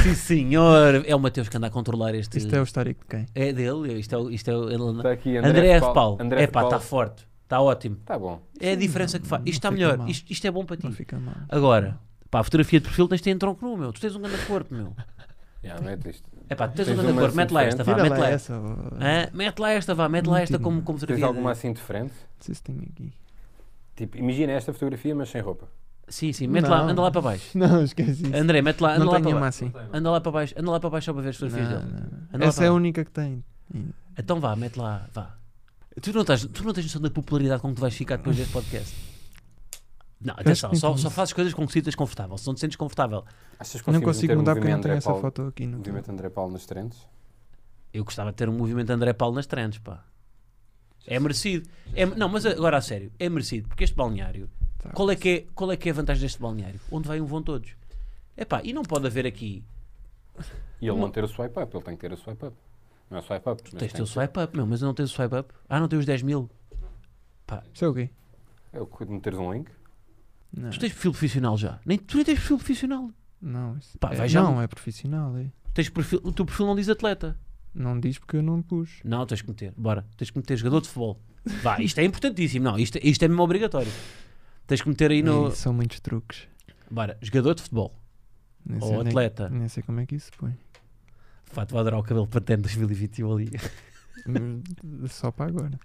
Speaker 1: Sim, senhor. É o Mateus que anda a controlar este.
Speaker 2: Isto é o histórico de quem?
Speaker 1: É dele, isto é, o- isto é o- ele-
Speaker 3: Está Tá aqui
Speaker 1: André,
Speaker 3: André,
Speaker 1: F. Paulo.
Speaker 3: André
Speaker 1: Epá,
Speaker 3: F.
Speaker 1: está
Speaker 3: Paulo.
Speaker 1: forte, está ótimo.
Speaker 3: Está Tá bom.
Speaker 1: É a diferença que faz.
Speaker 2: não
Speaker 1: Isto está
Speaker 2: fica
Speaker 1: melhor,
Speaker 2: mal.
Speaker 1: isto, isto é bom para ti.
Speaker 2: Não fica mal.
Speaker 1: Agora, pá, a fotografia de perfil tens de ter em tronco nu, meu. Tu tens um grande corpo, meu.
Speaker 3: Já, mete isto.
Speaker 1: É pá, tens,
Speaker 3: Tens
Speaker 1: um grande
Speaker 3: uma
Speaker 1: corpo, mete lá
Speaker 3: assim
Speaker 1: esta, vá,
Speaker 2: Tira
Speaker 1: mete
Speaker 2: lá
Speaker 1: lá esta.
Speaker 2: essa. ó.
Speaker 1: Hã? Mete lá esta, vá, mete lá
Speaker 2: Não
Speaker 1: esta
Speaker 2: tiro.
Speaker 1: como, como
Speaker 3: Tens
Speaker 1: servida.
Speaker 3: alguma assim diferente?
Speaker 2: Não sei se tem aqui.
Speaker 3: Tipo, imagina esta fotografia, mas sem roupa.
Speaker 1: Sim, sim, mete lá,
Speaker 2: Não.
Speaker 1: anda lá para baixo.
Speaker 2: Não, esqueci. isso.
Speaker 1: André, mete lá, anda
Speaker 2: Não
Speaker 1: lá
Speaker 2: tem
Speaker 1: para
Speaker 2: nenhuma
Speaker 1: baixo.
Speaker 2: assim.
Speaker 1: Anda lá para baixo, anda lá para baixo só para ver as fotografias
Speaker 2: Não,
Speaker 1: dele.
Speaker 2: não, não.
Speaker 1: Anda lá
Speaker 2: Essa
Speaker 1: para
Speaker 2: é a
Speaker 1: lá.
Speaker 2: única que tem.
Speaker 1: Então vá, mete lá, vá. Tu não, estás, tu não tens noção da popularidade com que tu vais ficar depois deste podcast? Não, atenção,
Speaker 2: que
Speaker 1: só,
Speaker 2: não.
Speaker 1: só fazes coisas com que te sintas confortável. Se não te sentes confortável,
Speaker 3: Achas que
Speaker 2: Não
Speaker 3: conseguimos
Speaker 2: consigo
Speaker 3: meter o
Speaker 2: mudar porque
Speaker 3: movimento
Speaker 2: não tenho
Speaker 3: André
Speaker 2: essa
Speaker 3: Paulo-
Speaker 2: foto aqui.
Speaker 3: o
Speaker 2: Não
Speaker 3: Movimento André Paulo nos trends?
Speaker 1: eu gostava de ter um movimento André Paulo nas trends, pá. É merecido. É- não, mas agora a sério, é merecido, porque este balneário
Speaker 2: Tá.
Speaker 1: Qual é, que é, qual é que é a vantagem deste balneário? Onde vai um vão todos. Epá, e não pode haver aqui.
Speaker 3: E ele não ter o swipe up, ele tem que ter o swipe up. Não é swipe up. mas
Speaker 1: Tens
Speaker 3: tem
Speaker 1: teu
Speaker 3: que-
Speaker 1: swipe up, meu, mas eu não tenho swipe up. Ah, não tenho os 10 mil.
Speaker 2: Isso é o quê?
Speaker 3: É o que de meteres um link. É.
Speaker 2: Não.
Speaker 1: Tu tens perfil profissional já. Nem, tu nem tens perfil profissional.
Speaker 2: Não, isso
Speaker 1: Pá,
Speaker 2: é,
Speaker 1: vai já-
Speaker 2: não, é profissional. É.
Speaker 1: Tens perfil, o teu perfil não diz atleta.
Speaker 2: Não diz porque eu não pus.
Speaker 1: Não, tens que meter. Bora. Tens que meter jogador de futebol. Vá, isto é importantíssimo. Não, isto, isto é mesmo obrigatório. Tens que meter aí no.
Speaker 3: É
Speaker 2: Ei, são muitos truques.
Speaker 1: Bora, jogador de futebol.
Speaker 2: Nem
Speaker 1: Ou
Speaker 2: nem-
Speaker 1: atleta.
Speaker 2: Nem sei como é que isso se põe.
Speaker 1: De facto, vai adorar o cabelo patente 2021 ali.
Speaker 2: Só para agora.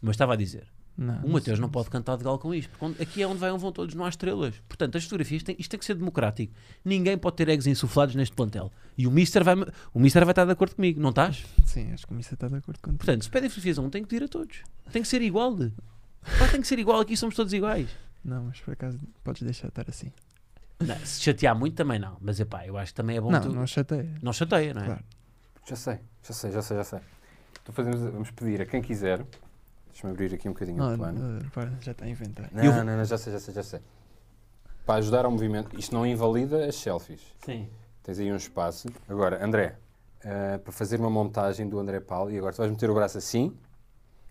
Speaker 1: Mas estava a dizer.
Speaker 2: Não,
Speaker 1: O
Speaker 2: não
Speaker 1: Mateus
Speaker 2: sei.
Speaker 1: não pode cantar de galo com isto, porque onde- aqui é onde vai onde vão todos, não há estrelas. Portanto, as fotografias, têm, isto tem que ser democrático. Ninguém pode ter eggs insuflados neste plantel. E o Mister vai, o Mister vai estar de acordo comigo, não estás?
Speaker 2: Sim, acho que o Missa está de acordo contigo.
Speaker 1: Portanto, se pedem fotografias a um, tem que pedir a todos. Tem que ser igual. de- Pá, tem que ser igual, aqui somos todos iguais.
Speaker 2: Não, mas por acaso podes deixar estar assim.
Speaker 1: Não, se chatear muito também não, mas epá, eu acho que também é bom
Speaker 2: não,
Speaker 1: tu...
Speaker 2: não chateia.
Speaker 1: Não chateia, não é?
Speaker 2: Claro.
Speaker 3: Já sei, já sei, já sei, já sei. Então fazemos, vamos pedir a quem quiser. Deixa-me abrir aqui um bocadinho
Speaker 2: Não,
Speaker 3: o plano.
Speaker 2: eh, para, já está a inventar.
Speaker 3: Não,
Speaker 1: eu-
Speaker 3: não, não, já sei, já sei, já sei. Para ajudar ao movimento, isto não invalida as selfies.
Speaker 1: Sim.
Speaker 3: Tens aí um espaço. Agora, André, ah, para fazer uma montagem do André Paulo, e agora tu vais meter o braço assim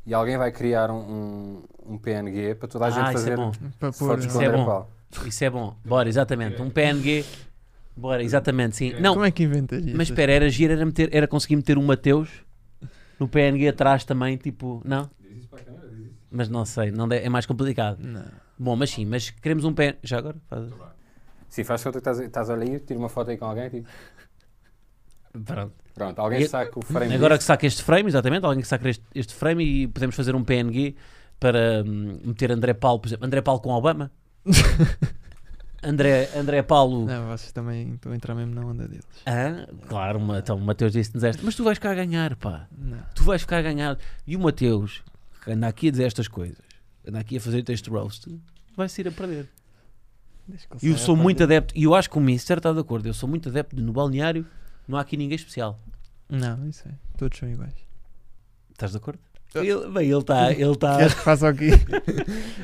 Speaker 3: e alguém vai criar um, um, um PNG para toda a gente
Speaker 1: Ah, isso
Speaker 3: fazer
Speaker 1: é bom.
Speaker 2: Para pôr.
Speaker 3: fotos
Speaker 1: isso
Speaker 3: com
Speaker 1: é
Speaker 3: o André
Speaker 1: bom.
Speaker 3: Paulo.
Speaker 1: Isso é bom. Bora, exatamente. Um PNG. Bora, exatamente, sim. Não,
Speaker 2: Como é que inventas isso?
Speaker 1: Mas espera, era giro, era, meter, era conseguir meter um Mateus no PNG atrás também, tipo, não? Mas não sei, não deve- é mais complicado.
Speaker 2: Não.
Speaker 1: Bom, mas sim, mas queremos um PNG. Já agora? Faz-
Speaker 3: Sim, faz conta que estás, estás a ler, tira uma foto aí com alguém. Tipo,
Speaker 1: Pronto.
Speaker 3: pronto, alguém
Speaker 1: Eu-
Speaker 3: saca o frame.
Speaker 1: Agora que
Speaker 3: disto.
Speaker 1: saca este frame, exatamente, alguém que saca este, este frame e podemos fazer um PNG para hum, meter André Paulo, por exemplo, André Paulo com Obama. André, André Paulo.
Speaker 2: Não, vocês também estão a entrar mesmo na onda deles.
Speaker 1: Hã? Claro, uma, então o Mateus disse-nos esta, mas tu vais cá ganhar, pá.
Speaker 2: Não.
Speaker 1: tu vais ficar a ganhar. E o Mateus, que anda aqui a dizer estas coisas, anda aqui a fazer este roast, vai sair a perder.
Speaker 2: Deixa que ele
Speaker 1: E eu
Speaker 2: saia
Speaker 1: sou
Speaker 2: para
Speaker 1: muito
Speaker 2: dentro.
Speaker 1: adepto, e eu acho que o Mister está de acordo, eu sou muito adepto de no balneário não há aqui ninguém especial.
Speaker 2: Não, isso é. Todos são iguais.
Speaker 1: Estás de acordo? Ele, bem, ele está. Ele tá,
Speaker 2: Queres que faça aqui?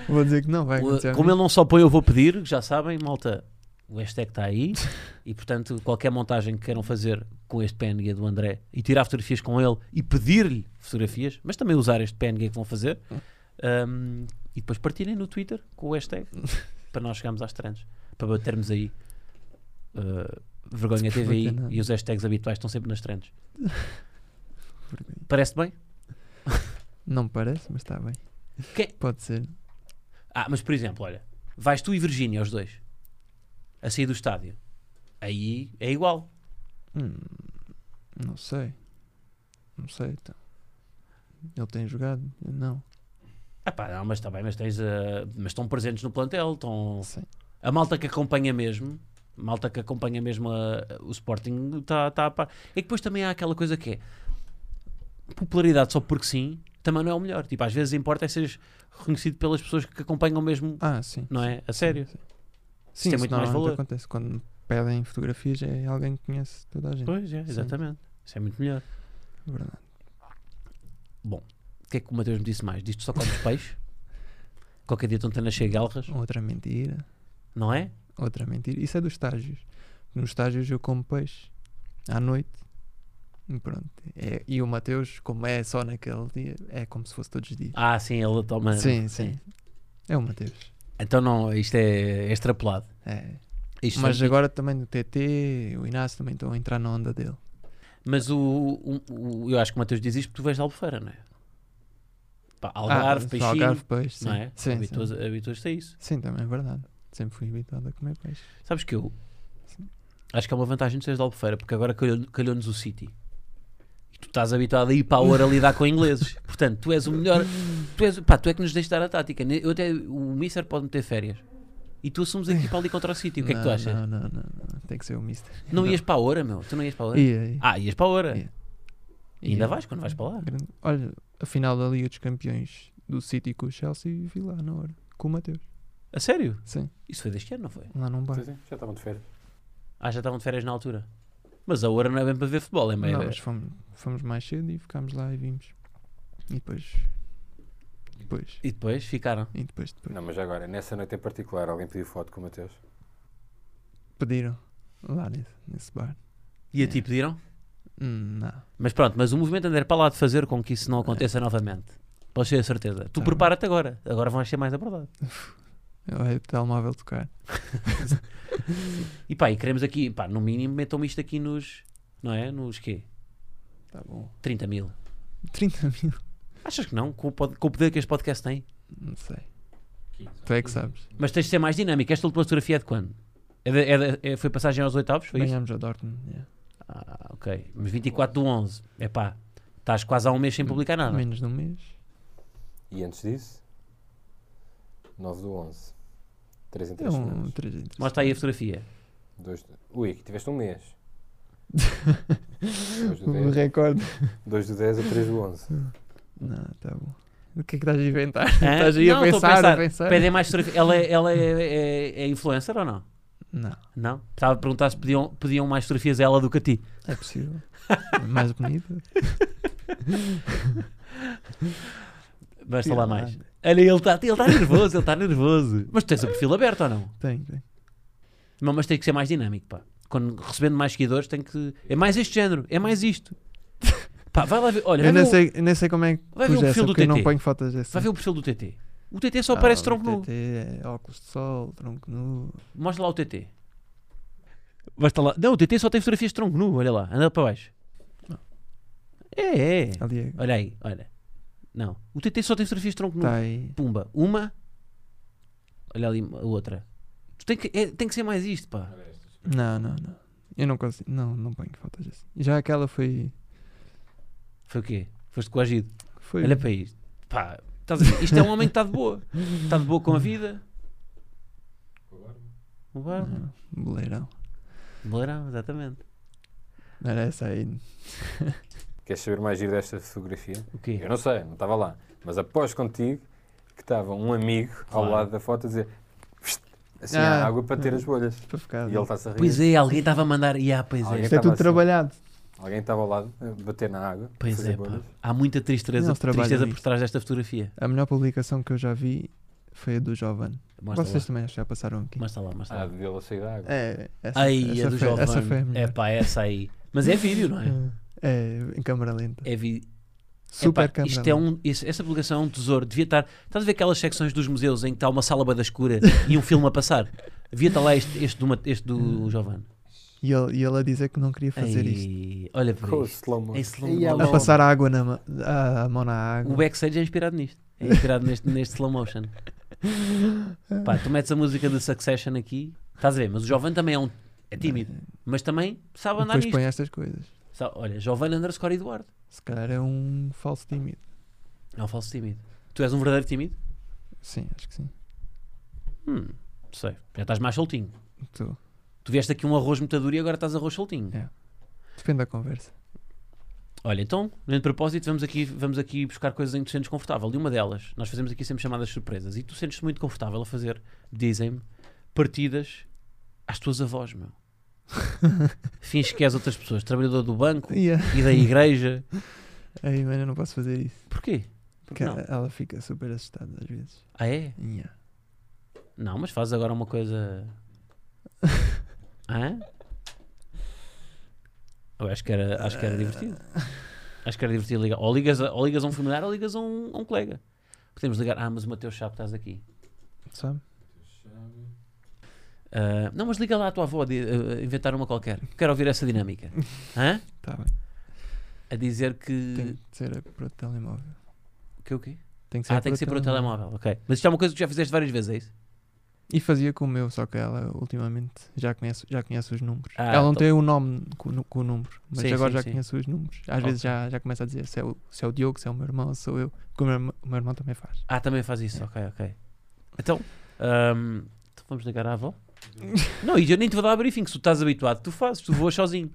Speaker 2: Vou dizer que não, é? vai acontecer. a
Speaker 1: como
Speaker 2: mim.
Speaker 1: ele não só põe, eu vou pedir, já sabem, malta. O hashtag está aí e, portanto, qualquer montagem que queiram fazer com este PNG do André e tirar fotografias com ele e pedir-lhe fotografias, mas também usar este PNG que vão fazer hum, e depois partirem no Twitter com o hashtag para nós chegarmos às trends, para batermos aí uh, Vergonha TVI
Speaker 2: Vergonha.
Speaker 1: e os hashtags habituais estão sempre nas trends. Parece bem?
Speaker 2: Não me parece, mas está bem.
Speaker 1: Que-
Speaker 2: Pode ser.
Speaker 1: Ah, mas por exemplo, olha, vais tu e Virgínia, os dois, a sair do estádio. Aí é igual.
Speaker 2: Hum, não sei. Não sei. Então. Ele tem jogado? Eu Não.
Speaker 1: Ah pá, não, mas está bem, mas, tens, ah, mas estão presentes no plantel, estão...
Speaker 2: Sim.
Speaker 1: A malta que acompanha mesmo, a malta que acompanha mesmo ah, o Sporting, está tá, a par. É que depois também há aquela coisa que é, popularidade só porque sim, também não é o melhor. Tipo, às vezes importa é seres reconhecido pelas pessoas que acompanham mesmo,
Speaker 2: Ah, sim.
Speaker 1: não é? A sério. Isso
Speaker 2: Sim,
Speaker 1: tem muito mais
Speaker 2: normalmente
Speaker 1: valor.
Speaker 2: acontece. Quando me pedem fotografias é alguém que conhece toda a gente.
Speaker 1: Pois é,
Speaker 2: Sim.
Speaker 1: exatamente. Isso é muito melhor.
Speaker 2: Verdade.
Speaker 1: O que é que o Mateus me disse mais? Diz-te só comes peixe? Qualquer dia estão a nascer galras,
Speaker 2: Outra mentira.
Speaker 1: não é?
Speaker 2: Outra mentira. Isso é dos estágios. Nos estágios eu como peixe. À noite. E pronto. É- e o Mateus, como é só naquele dia, é como se fosse todos os dias.
Speaker 1: Ah, sim, ele toma.
Speaker 2: sim, sim, É o Mateus.
Speaker 1: Então não, isto é extrapolado.
Speaker 2: É.
Speaker 1: Isto tipo
Speaker 2: Mas
Speaker 1: são-
Speaker 2: agora também no TT, o Inácio também estão a entrar na onda dele.
Speaker 1: mas o, o- o- eu acho que o Mateus diz isto porque tu vens de Albufeira, não é? Pá, Algarve,
Speaker 2: Ah,
Speaker 1: peixinho,
Speaker 2: Algarve, peixe. Sim.
Speaker 1: não é?
Speaker 2: Sim, sim.
Speaker 1: Habituas- Habituas-te a isso.
Speaker 2: Sim, também é verdade. Sempre fui habituado a comer peixe.
Speaker 1: Sabes que eu
Speaker 2: Sim.
Speaker 1: acho que é uma vantagem de seres de Albufeira porque agora calhou- calhou-nos o City. E tu estás habituado a ir para a hora a lidar com ingleses. Portanto, tu és o melhor. Tu, és, pá, tu é que nos deixas dar a tática. Ne- Eu até, o Mister pode-me ter férias. E tu assumes a equipa ali contra o City. O que é que tu
Speaker 2: Não,
Speaker 1: achas? Não,
Speaker 2: Não, não, não, não. Tem que ser o Mister.
Speaker 1: ias para a hora, meu? Tu não ias para a hora?
Speaker 2: Ia, ia.
Speaker 1: Ah, ias para a hora.
Speaker 2: Ia.
Speaker 1: E ainda
Speaker 2: Ia.
Speaker 1: vais quando vais para lá.
Speaker 2: Ah, Grande- Olha, a final da Liga dos Campeões do City com o Chelsea, vi lá na hora. Com o Mateus.
Speaker 1: A sério?
Speaker 2: Sim,
Speaker 1: Isso foi deste ano, não foi?
Speaker 2: lá num bar.
Speaker 3: Sim, sim, já estavam de férias.
Speaker 1: Ah, já estavam de férias na altura. Mas a hora não é bem para ver futebol, é bem.
Speaker 2: Não, mas fomos, fomos mais cedo e ficámos lá e vimos. E depois. Depois.
Speaker 1: E depois ficaram.
Speaker 2: E depois, depois.
Speaker 3: Não, mas agora, nessa noite em particular, alguém pediu foto com o Mateus.
Speaker 2: Pediram lá nesse, nesse bar.
Speaker 1: E a
Speaker 2: É.
Speaker 1: ti pediram?
Speaker 2: Hum, Não.
Speaker 1: Mas pronto, mas o movimento André para lá de fazer com que isso não aconteça novamente. Podes ter a certeza. Tu
Speaker 2: Tá.
Speaker 1: prepara-te agora. Agora vais ser mais abordado.
Speaker 2: É o telemóvel tocar.
Speaker 1: E pá, e queremos aqui, pá, no mínimo metam isto aqui nos, não é? Nos quê?
Speaker 2: Tá bom.
Speaker 1: 30 mil.
Speaker 2: 30 mil.
Speaker 1: Achas que não? Com o, pod- com o poder que este podcast tem.
Speaker 2: Não sei. Tu é que sabes.
Speaker 1: Mas tens de ser mais dinâmico. Esta última fotografia é de quando? É de- é de- é- foi passagem aos oitavos? Foi isso?
Speaker 2: Ganhámos a Dortmund. yeah.
Speaker 1: Ah, ok. Mas 24 do 11. É pá, estás quase há um mês sem publicar nada.
Speaker 2: Menos de um mês.
Speaker 3: E antes disso, 9 do 11. 3 em 3
Speaker 2: É um
Speaker 3: semanas.
Speaker 2: 3 em três.
Speaker 1: Mostra aí a fotografia.
Speaker 3: Dois... Ui, que tiveste um mês. 2 do
Speaker 2: O
Speaker 3: 10,
Speaker 2: recorde.
Speaker 3: do 10 a 3 do 11.
Speaker 2: Não, tá bom. O que é que estás a inventar?
Speaker 1: Hã?
Speaker 2: Estás aí a
Speaker 1: Não, estou
Speaker 2: pensar, a pensar.
Speaker 1: Pedem mais fotografia. Ela, é, ela é, é- é influencer ou não?
Speaker 2: Não,
Speaker 1: Não? Estava a perguntar se pediam, pediam mais fotografias a ela do que a ti.
Speaker 2: é possível. Mais bonita.
Speaker 1: Vais
Speaker 2: Tira
Speaker 1: falar
Speaker 2: lá.
Speaker 1: mais. Olha, ele está ele tá nervoso, ele está nervoso. Mas tu tens o perfil aberto ou não?
Speaker 2: Tem, tem.
Speaker 1: Não, mas tem que ser mais dinâmico, pá. Quando recebendo mais seguidores, tem que. É mais este género, é mais isto. Pá, vai lá ver. Olha,
Speaker 2: eu
Speaker 1: vai,
Speaker 2: nem
Speaker 1: ver o,
Speaker 2: sei, nem sei como é que
Speaker 1: vai ver o
Speaker 2: pus essa,
Speaker 1: perfil do
Speaker 2: porque eu não
Speaker 1: TT.
Speaker 2: ponho fotos dessa.
Speaker 1: Vai ver o perfil do TT. O TT só
Speaker 2: Ah,
Speaker 1: aparece
Speaker 2: o
Speaker 1: tronco nu.
Speaker 2: TT é óculos de sol, tronco nu.
Speaker 1: Mostra lá o TT. Basta lá. Não, o TT só tem fotografias de tronco nu, olha lá, anda para baixo.
Speaker 2: Não.
Speaker 1: É, é.
Speaker 2: Ali é.
Speaker 1: Olha aí, olha. Não. O TT só tem fotografias de tronco nu.
Speaker 2: Tá aí.
Speaker 1: Pumba, uma. Olha ali a outra. Tu tem, que, é- tem que ser mais isto, pá.
Speaker 2: Não, não, não. Eu não consigo. Não, não ponho fotos dessa. Já aquela foi.
Speaker 1: Foi o quê? Foste coagido.
Speaker 2: Foi.
Speaker 1: Olha para isto. Pá, estás a ver? Isto é um homem que está de boa. Está de boa com a vida. O barba.
Speaker 2: Não, Ah, boleirão.
Speaker 1: Boleirão, exatamente.
Speaker 2: Não era essa aí.
Speaker 3: Queres saber mais giro desta fotografia?
Speaker 1: O quê?
Speaker 3: Eu não sei, não estava lá. Mas após contigo que estava um amigo
Speaker 1: Claro.
Speaker 3: ao lado da foto a dizer "Psst", assim
Speaker 2: Ah,
Speaker 3: a água para ter as bolhas.
Speaker 2: Para ficar.
Speaker 3: E ele está-se a rir.
Speaker 1: Pois é, alguém estava a mandar. E ah, pois
Speaker 3: Alguém
Speaker 1: é.
Speaker 2: Isto é
Speaker 3: Estava
Speaker 2: tudo
Speaker 3: assim.
Speaker 2: trabalhado.
Speaker 3: Alguém estava ao lado a bater na água. a
Speaker 1: Pois
Speaker 3: fazer
Speaker 1: é, pá.
Speaker 3: bolhas.
Speaker 1: Há muita tristeza,
Speaker 2: Eles trabalham
Speaker 1: tristeza por
Speaker 2: nisto.
Speaker 1: trás desta fotografia.
Speaker 2: A melhor publicação que eu já vi foi a do Jovem.
Speaker 1: Mostra
Speaker 2: Vocês
Speaker 1: lá.
Speaker 2: também acho que já passaram aqui.
Speaker 1: Mostra lá, mostra
Speaker 3: Ah,
Speaker 1: lá.
Speaker 3: dele a sair da água.
Speaker 2: É, essa,
Speaker 1: Aí,
Speaker 2: essa
Speaker 1: a do
Speaker 2: foi,
Speaker 1: jovem.
Speaker 2: Essa foi a melhor.
Speaker 1: É pá, essa aí. Mas é vídeo, não é?
Speaker 2: É, em câmara lenta.
Speaker 1: É vídeo.
Speaker 2: Super
Speaker 1: Epá,
Speaker 2: câmara
Speaker 1: isto
Speaker 2: lenta.
Speaker 1: é um, isso- essa publicação é um tesouro. Devia estar. Estás a ver aquelas secções dos museus em que está uma sala bada escura e um filme a passar? Devia estar lá este, este, do, Ma- este do Jovem.
Speaker 2: E ele, e ele Hum. a dizer que não queria fazer isto.
Speaker 1: Ei, Olha para
Speaker 3: Com o
Speaker 1: isto.
Speaker 3: slow mo.
Speaker 1: Em slow
Speaker 3: Ei,
Speaker 1: mo.
Speaker 3: alô.
Speaker 2: A passar a água na ma- a, a mão na água.
Speaker 1: O backstage é inspirado nisto. É inspirado neste, neste slow motion. Pá, tu metes a música do Succession aqui, estás a ver? Mas o Jovem também é um. É tímido, mas também sabe
Speaker 2: E
Speaker 1: andar
Speaker 2: depois
Speaker 1: nisto.
Speaker 2: põe estas coisas.
Speaker 1: Sabe- olha, Jovem underscore Eduardo.
Speaker 2: Se calhar é um falso tímido.
Speaker 1: É um falso tímido. Tu és um verdadeiro tímido?
Speaker 2: Sim, acho que sim.
Speaker 1: Hum, sei. Já estás mais soltinho.
Speaker 2: Tu.
Speaker 1: Tu vieste aqui um arroz metadura e agora estás arroz soltinho.
Speaker 2: É. Depende da conversa.
Speaker 1: Olha, então, de propósito, vamos aqui, vamos aqui buscar coisas em que tu sentes confortável. E uma delas, nós fazemos aqui sempre chamadas surpresas. E tu sentes-te muito confortável a fazer, dizem-me, partidas às tuas avós, meu. Fins que és outras pessoas. Trabalhador do banco
Speaker 2: Yeah.
Speaker 1: e da igreja.
Speaker 2: Aí, mano, eu não posso fazer isso.
Speaker 1: Porquê?
Speaker 2: Porque
Speaker 1: não?
Speaker 2: ela, ela fica super assustada às vezes.
Speaker 1: Ah, é?
Speaker 2: Yeah.
Speaker 1: Não, mas fazes agora uma coisa. Hã? Eu acho que era, acho que era divertido. Acho que era divertido ligar. Ou ligas, a- ou ligas a um familiar ou ligas a um, a um colega. Podemos ligar, ah, mas o Mateus Chapo estás aqui.
Speaker 2: Sabe?
Speaker 1: Ah, não, mas liga lá à tua avó de ah, inventar uma qualquer. Quero ouvir essa dinâmica. Hã?
Speaker 2: Tá bem.
Speaker 1: A dizer que.
Speaker 2: Tem que ser para o telemóvel.
Speaker 1: Que o quê?
Speaker 2: Tem que ser
Speaker 1: Ah, tem que ser para o telemóvel, ok. Mas isto é uma coisa que já fizeste várias vezes, é isso?
Speaker 2: E fazia com o meu, só que ela ultimamente já conhece, já conhece os números.
Speaker 1: Ah,
Speaker 2: ela não
Speaker 1: então-
Speaker 2: tem o nome com, o nu- com o número, mas
Speaker 1: Sim,
Speaker 2: agora
Speaker 1: sim,
Speaker 2: já
Speaker 1: sim.
Speaker 2: conhece os números. Às vezes já, já começa a dizer se é, o, se é o Diogo, se é o meu irmão, se sou eu. Porque o meu, irmão- o meu irmão também faz.
Speaker 1: Ah, também faz
Speaker 2: É.
Speaker 1: isso, ok, ok. Então, ahm, então vamos ligar à avó? Não, e eu nem te vou dar briefing, se tu estás habituado, tu fazes, tu voas sozinho.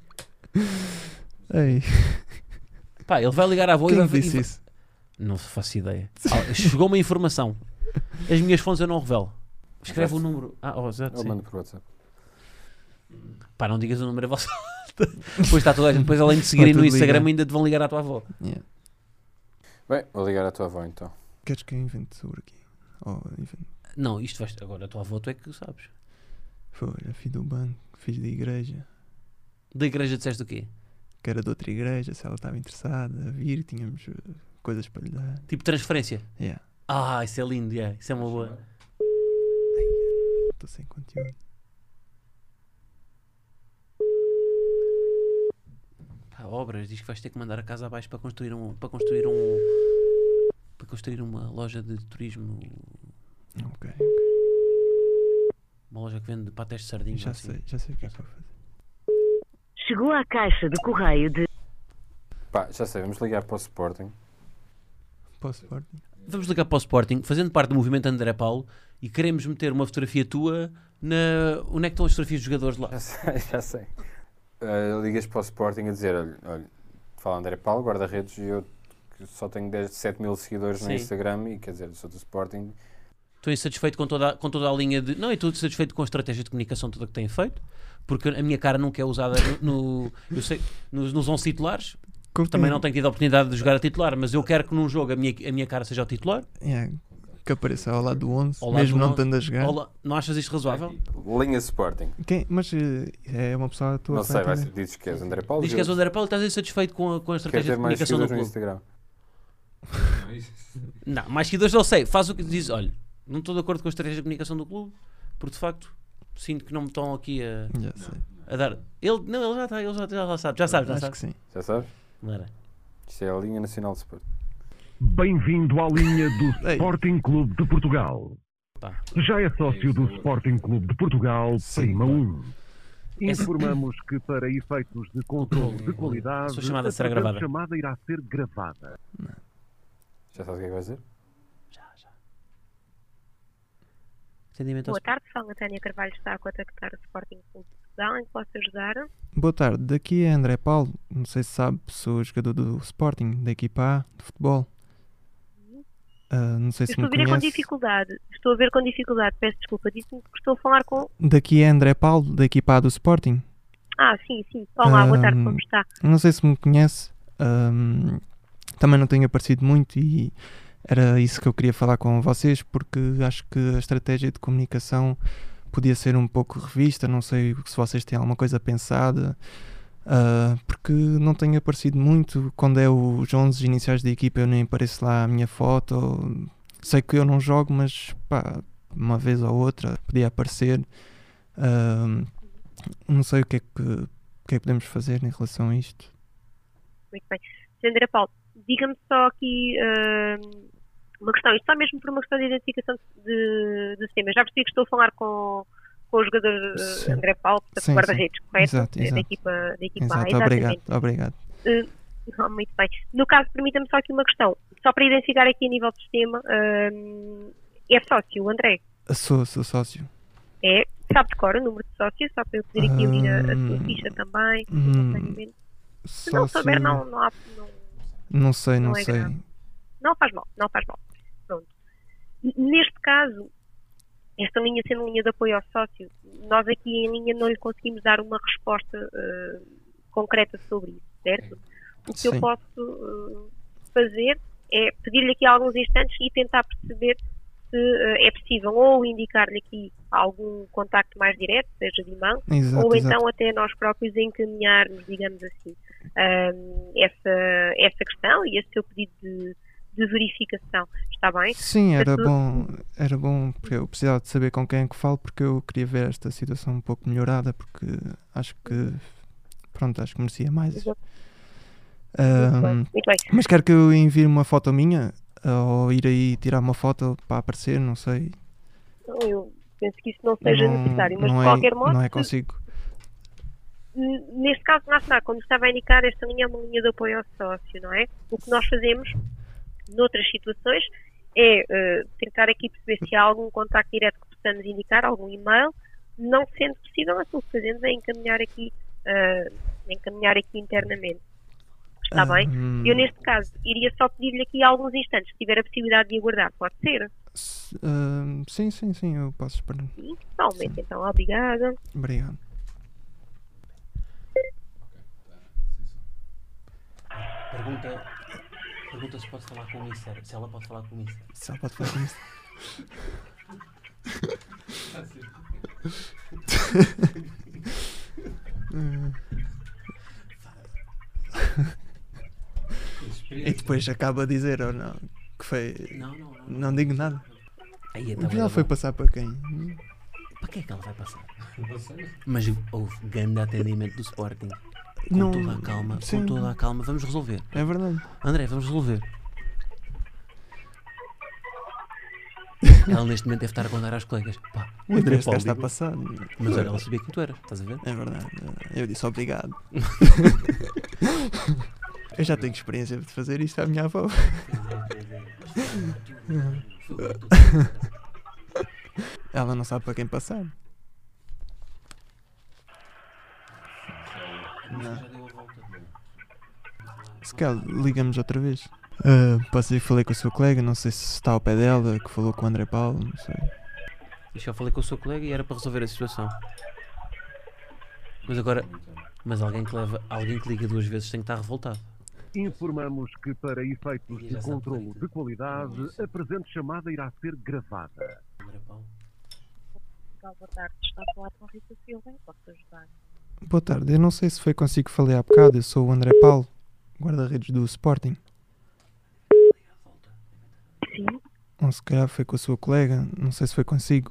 Speaker 2: Ei,
Speaker 1: Pá, ele vai ligar à avó e
Speaker 2: quem
Speaker 1: vai...
Speaker 2: disse
Speaker 1: e-
Speaker 2: isso?
Speaker 1: Não faço ideia. Ah, chegou uma informação. As minhas fontes eu não revelo. Escreve o
Speaker 3: Exato.
Speaker 1: número. Ah, oh, exato,
Speaker 3: Eu
Speaker 1: sim.
Speaker 3: mando por WhatsApp.
Speaker 1: Pá, não digas o número a vossa Depois está toda a gente, depois além de seguirem
Speaker 2: Vai
Speaker 1: no
Speaker 2: tudo
Speaker 1: Instagram
Speaker 2: ligar.
Speaker 1: ainda te vão ligar à tua avó.
Speaker 2: Yeah.
Speaker 3: Bem, vou ligar à tua avó então.
Speaker 2: Queres que eu invente sobre aqui? Oh, invente.
Speaker 1: Não, isto vais... Agora a tua avó tu é que sabes.
Speaker 2: Foi, olha, filho do banco, filho da igreja,
Speaker 1: Da igreja disseste o quê?
Speaker 2: que era de outra igreja, se ela estava interessada a vir, tínhamos eh, coisas para lhe dar.
Speaker 1: Tipo transferência.
Speaker 2: Yeah,
Speaker 1: Ah, isso é lindo, yeah, isso é uma boa.
Speaker 2: estou sem conteúdo.
Speaker 1: Pá, obras, diz que vais ter que mandar a casa abaixo para construir um. para construir um. para construir uma loja de turismo.
Speaker 2: Ok,
Speaker 1: Uma loja que vende patés de sardinha.
Speaker 2: já
Speaker 1: assim.
Speaker 2: sei, já sei o que é que eu vou fazer.
Speaker 4: Chegou à caixa de correio de
Speaker 3: Pá, já sei, vamos ligar para o Sporting.
Speaker 2: Posso Sporting?
Speaker 1: Vamos ligar para o Sporting, fazendo parte do movimento André Paulo, e queremos meter uma fotografia tua na. onde é que estão as fotografias dos jogadores lá?
Speaker 3: Já sei, já sei. Eh, ligas para o Sporting a dizer, olha, olha fala André Paulo, guarda-redes, e eu que só tenho 10, 7 mil seguidores no
Speaker 1: Sim.
Speaker 3: Instagram e quer dizer, sou do Sporting.
Speaker 1: Estou insatisfeito com toda, a- com toda a linha de. Não, eu estou satisfeito com a estratégia de comunicação toda que têm feito, porque a minha cara nunca é usada no, no- eu sei, nos, nos 11 titulares. Também não tenho tido a oportunidade de jogar a titular, mas eu quero que num jogo a minha, a minha cara seja o titular.
Speaker 2: Yeah, que apareça ao lado do 11,
Speaker 1: Ao lado
Speaker 2: mesmo
Speaker 1: do
Speaker 2: não
Speaker 1: 11.
Speaker 2: estando a jogar.
Speaker 1: Olá, não achas isto razoável?
Speaker 3: Linha Sporting.
Speaker 2: Quem- mas eh, é uma pessoa à tua
Speaker 3: Não sei, vai ser,
Speaker 2: frente, né?
Speaker 3: dizes que és André Paulo.
Speaker 1: Diz
Speaker 3: eu
Speaker 1: que és o André Paulo e estás insatisfeito com a, com a
Speaker 3: Quero
Speaker 1: estratégia
Speaker 3: ter
Speaker 1: de
Speaker 3: mais
Speaker 1: comunicação do
Speaker 3: seguidores no
Speaker 1: clube.
Speaker 3: Instagram.
Speaker 1: Não, mais seguidores não sei. Faz o que diz. Olha, não estou de acordo com a estratégia de comunicação do clube, porque de facto sinto que não me estão aqui a,
Speaker 2: né? Já sei.
Speaker 1: a dar. Ele, não, ele já está, ele já, já sabe, já sabe, Ah, já
Speaker 2: Acho
Speaker 1: sabe.
Speaker 2: que sim.
Speaker 3: Já sabes?
Speaker 1: Não era.
Speaker 3: Isto é a linha nacional de Sporting.
Speaker 5: Bem-vindo à linha do
Speaker 2: Ei.
Speaker 5: Sporting Clube de Portugal.
Speaker 1: Pá.
Speaker 5: Já é sócio do Sporting Clube de Portugal,
Speaker 2: Sim.
Speaker 5: Prima 1.
Speaker 1: Essa-
Speaker 5: Informamos que para efeitos de controle de qualidade,
Speaker 1: Sua chamada será
Speaker 5: presente
Speaker 1: gravada.
Speaker 5: chamada irá ser gravada.
Speaker 3: Já sabes o que é que vais dizer?
Speaker 1: Já, já. Atendimento ao
Speaker 6: Boa tarde, fala Tânia Carvalho, está a contactar o Sporting Clube de Portugal, em que posso ajudar?
Speaker 2: Boa tarde, daqui é André Paulo. Não sei se sabe, sou jogador do Sporting, da equipa A, de futebol. Ah, não sei
Speaker 6: Eu
Speaker 2: se
Speaker 6: estou
Speaker 2: me
Speaker 6: a ver com
Speaker 2: conhece.
Speaker 6: dificuldade, estou a ver com dificuldade, peço desculpa, disse-me que estou a falar com...
Speaker 2: Daqui é André Paulo, da equipa A do Sporting.
Speaker 6: Ah, sim, sim, olá, boa tarde, como
Speaker 2: Ahm,
Speaker 6: está?
Speaker 2: Não sei se me conhece, ahm, também não tenho aparecido muito e era isso que eu queria falar com vocês, porque acho que a estratégia de comunicação podia ser um pouco revista, não sei se vocês têm alguma coisa pensada, ah, porque não tenho aparecido muito, quando é os 11 iniciais da equipa eu nem apareço lá a minha foto, ou- sei que eu não jogo, mas pá, uma vez ou outra podia aparecer. ahm, Ah, Não sei o que é que, o que é que podemos fazer em relação a isto.
Speaker 6: Muito bem. Sandra Paulo, diga-me só aqui hum, uma questão, isto só mesmo por uma questão de identificação de, de sistema. Eu Já percebi que estou a falar com, com o jogador eh,
Speaker 2: Sim.
Speaker 6: André Paulo, portanto,
Speaker 2: Sim,
Speaker 6: guarda-redes, correto? É
Speaker 2: Exato,
Speaker 6: Da-
Speaker 2: exato.
Speaker 6: Da equipa, da equipa A,
Speaker 2: Exato,
Speaker 6: exatamente.
Speaker 2: obrigado, obrigado.
Speaker 6: Não, Eh, oh, muito bem. No caso, permita-me só aqui uma questão, só para identificar aqui a nível de sistema, hum, é sócio, o André?
Speaker 2: Sou, sou sócio.
Speaker 6: É? Sabe de cor o número de sócios, só para eu poder aqui abrir a, a sua
Speaker 2: Hum,
Speaker 6: ficha também?
Speaker 2: hum,
Speaker 6: simultaneamente? Se
Speaker 2: Sócio,
Speaker 6: não souber, não, não, há, não,
Speaker 2: não sei, não,
Speaker 6: não é
Speaker 2: sei.
Speaker 6: grave. não faz mal, não faz mal. Pronto. N- Neste caso, esta linha sendo linha de apoio ao sócio, nós aqui em linha não lhe conseguimos dar uma resposta eh, concreta sobre isso, certo? O que eu
Speaker 2: Sim.
Speaker 6: posso eh, fazer é pedir-lhe aqui alguns instantes e tentar perceber se eh, é possível ou indicar-lhe aqui algum contacto mais direto, seja de mão,
Speaker 2: Exato,
Speaker 6: ou
Speaker 2: exato.
Speaker 6: então até nós próprios encaminharmos, digamos assim, hum, essa, essa questão e esse seu pedido de, de verificação, está bem?
Speaker 2: Sim, era
Speaker 6: é tu-
Speaker 2: bom, era bom, porque eu precisava de saber com quem é que falo, porque eu queria ver esta situação um pouco melhorada, porque acho que, pronto, acho que merecia mais.
Speaker 6: Exato. Muito
Speaker 2: Ahm,
Speaker 6: bem, muito bem.
Speaker 2: mas quero que eu envie uma foto minha, ou ir aí tirar uma foto para aparecer, não sei.
Speaker 6: Então, eu penso que isso não seja
Speaker 2: não,
Speaker 6: necessário, mas
Speaker 2: não
Speaker 6: de
Speaker 2: é,
Speaker 6: qualquer modo,
Speaker 2: Não é
Speaker 6: se-
Speaker 2: consigo.
Speaker 6: N- neste caso, lá está, como estava a indicar, esta linha é uma linha de apoio ao sócio, não é? O que nós fazemos, noutras situações, é eh, tentar aqui perceber se há algum contacto direto que possamos indicar, algum e-mail, não sendo possível, aquilo que fazemos é encaminhar aqui, eh, encaminhar aqui internamente. Está bem?
Speaker 2: Ahm,
Speaker 6: Eu, neste caso, iria só pedir-lhe aqui alguns instantes, se tiver a possibilidade de aguardar, pode ser?
Speaker 2: s- ahm, sim, sim, sim, eu posso esperar.
Speaker 6: Sim, só um momento, então, obrigada.
Speaker 2: Obrigado.
Speaker 1: Pergunta, pergunta se pode falar com o Mister, se ela pode falar com o Mister.
Speaker 2: Só pode falar com isso. E depois acaba a dizer ou não que foi.
Speaker 1: Não, não, não.
Speaker 2: Não digo nada.
Speaker 1: Aí então
Speaker 2: O que ela
Speaker 1: ela
Speaker 2: foi
Speaker 1: vai-
Speaker 2: passar para quem?
Speaker 1: para que é que ela vai passar? Mas houve grande atendimento do Sporting. Com
Speaker 2: Não-
Speaker 1: toda a calma,
Speaker 2: sim.
Speaker 1: com toda a calma, vamos resolver.
Speaker 2: É verdade.
Speaker 1: André, vamos resolver. ela neste momento deve estar a contar às colegas. Pá,
Speaker 2: O André
Speaker 1: Paulo
Speaker 2: está
Speaker 1: ligou.
Speaker 2: passado.
Speaker 1: Mas olha, ela sabia quem tu eras, estás a ver?
Speaker 2: É verdade. é verdade. Eu disse obrigado. Eu já tenho experiência de fazer isto à minha avó. Ela não sabe para quem passar. Se calhar ligamos outra vez. Ah, posso dizer que falei com o seu colega, não sei se está ao pé dela, que falou com o André Paulo, não sei.
Speaker 1: E já falei com o seu colega e era para resolver a situação. Mas agora. Mas alguém que leva. Alguém que liga duas vezes tem que estar revoltado.
Speaker 5: Informamos que para efeitos de controle de qualidade, a presente chamada irá ser gravada.
Speaker 1: é
Speaker 6: Boa tarde, está a falar com Rita Silva, posso ajudar?
Speaker 2: Boa tarde, eu não sei se foi consigo que falei há bocado, eu sou o André Paulo, guarda-redes do Sporting.
Speaker 6: Sim,
Speaker 2: Ou se calhar foi com a sua colega, não sei se foi consigo.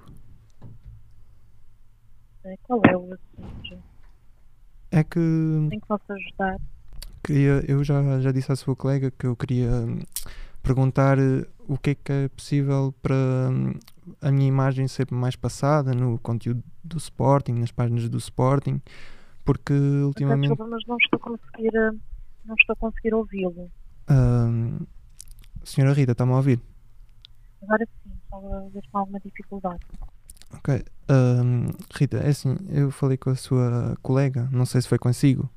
Speaker 6: eh, qual é o assunto?
Speaker 2: É que
Speaker 6: Em que posso ajudar?
Speaker 2: queria, eu já, já disse à sua colega que eu queria hum, perguntar eh, o que é que é possível para hum, a minha imagem ser mais passada no conteúdo do Sporting, nas páginas do Sporting, porque
Speaker 7: Peço
Speaker 2: ultimamente.
Speaker 7: Desculpa, mas não estou a conseguir, eh, não estou a conseguir ouvi-lo.
Speaker 2: Hum, senhora Rita, está-me a ouvir?
Speaker 7: Agora sim, estava a ver com alguma dificuldade.
Speaker 2: Ok. Hum, Rita, é assim, eu falei com a sua colega, não sei se foi consigo.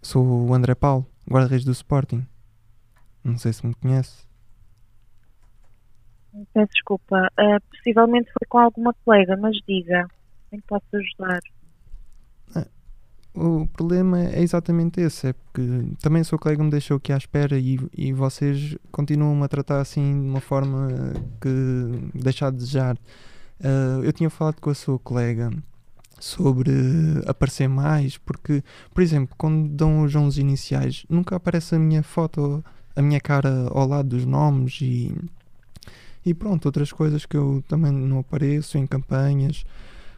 Speaker 2: Sou o André Paulo, guarda-redes do Sporting. Não sei se me conhece.
Speaker 7: Peço desculpa. Eh, possivelmente foi com alguma colega, mas diga, em que posso ajudar?
Speaker 2: O problema é exatamente esse, é porque também o seu colega me deixou aqui à espera e, e vocês continuam a tratar assim de uma forma que deixa a desejar. Ah, eu tinha falado com a sua colega sobre aparecer mais, porque, por exemplo, quando dão os nomes iniciais, nunca aparece a minha foto, a minha cara ao lado dos nomes e, e pronto, outras coisas que eu também não apareço em campanhas.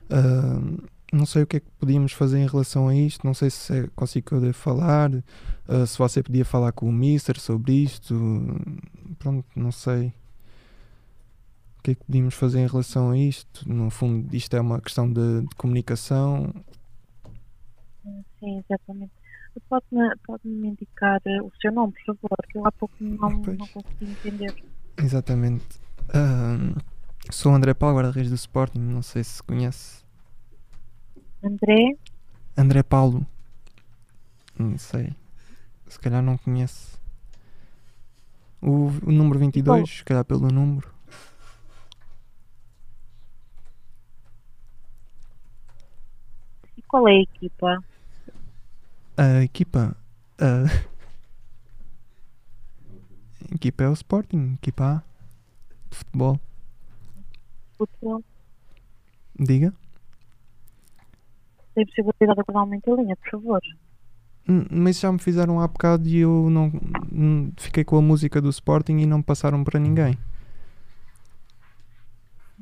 Speaker 2: Ah, não sei o que é que podíamos fazer em relação a isto, não sei se é consigo que eu devo falar, eh, se você podia falar com o Mister sobre isto, pronto, não sei o que é que podíamos fazer em relação a isto. No fundo, isto é uma questão de, de comunicação.
Speaker 6: Sim, exatamente. Pode-me pode -me indicar eh, o seu nome, por favor, que eu há pouco não,
Speaker 2: Ah, Pois.
Speaker 6: não consegui entender.
Speaker 2: Exatamente. Ahm, sou o André Paulo, guarda-redes do Sporting, não sei se conhece.
Speaker 6: André,
Speaker 2: André Paulo. Não sei. Se calhar não conhece. O, o número 22, se calhar pelo número.
Speaker 6: e qual é a equipa?
Speaker 2: A equipa. A equipa é o Sporting, equipa A. De futebol.
Speaker 6: Futebol?
Speaker 2: Diga.
Speaker 6: Tem possibilidade de acordar uma linha, por favor.
Speaker 2: Hum, Mas já me fizeram há bocado e eu não. hum, Fiquei com a música do Sporting e não passaram para ninguém.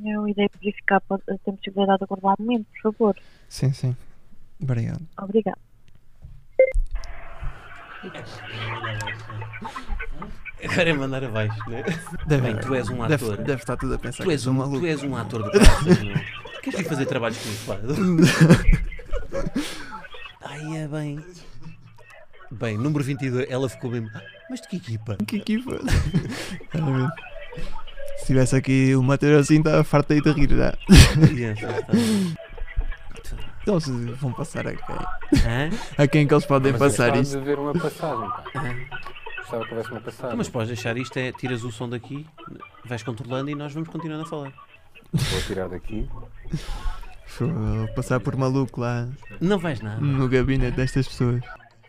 Speaker 6: Eu irei é verificar, pode- tem possibilidade de acordar um momento, por favor.
Speaker 2: Sim, sim. Obrigado.
Speaker 6: Obrigada.
Speaker 1: Agora é mandar abaixo, né? Bem, tu és um
Speaker 2: deve,
Speaker 1: ator.
Speaker 2: deve estar tudo a pensar
Speaker 1: Tu
Speaker 2: que
Speaker 1: és
Speaker 2: sou
Speaker 1: um,
Speaker 2: maluco.
Speaker 1: tu és um ator de graças, meu. Queres ir fazer trabalhos comigo, pá? Ai, é bem. Bem, número 22, ela ficou bem. Mas de que equipa?
Speaker 2: Que equipa? Estás a ver? Se tivesse aqui o Mateus assim, estava farto aí de rir já.
Speaker 1: Yes,
Speaker 2: Então se vão passar a quem?
Speaker 1: Hã?
Speaker 2: A quem é que eles podem
Speaker 1: é
Speaker 3: Mas
Speaker 2: passar
Speaker 3: gostava
Speaker 2: isto?
Speaker 3: de ver uma passagem, pá. Gostava que houvesse uma passagem.
Speaker 1: Então, mas podes deixar isto, é, tiras o som daqui, vais controlando e nós vamos continuando a falar.
Speaker 3: Vou tirar daqui.
Speaker 2: Fogo, Passar por maluco lá
Speaker 1: Não vais nada.
Speaker 2: no gabinete destas pessoas.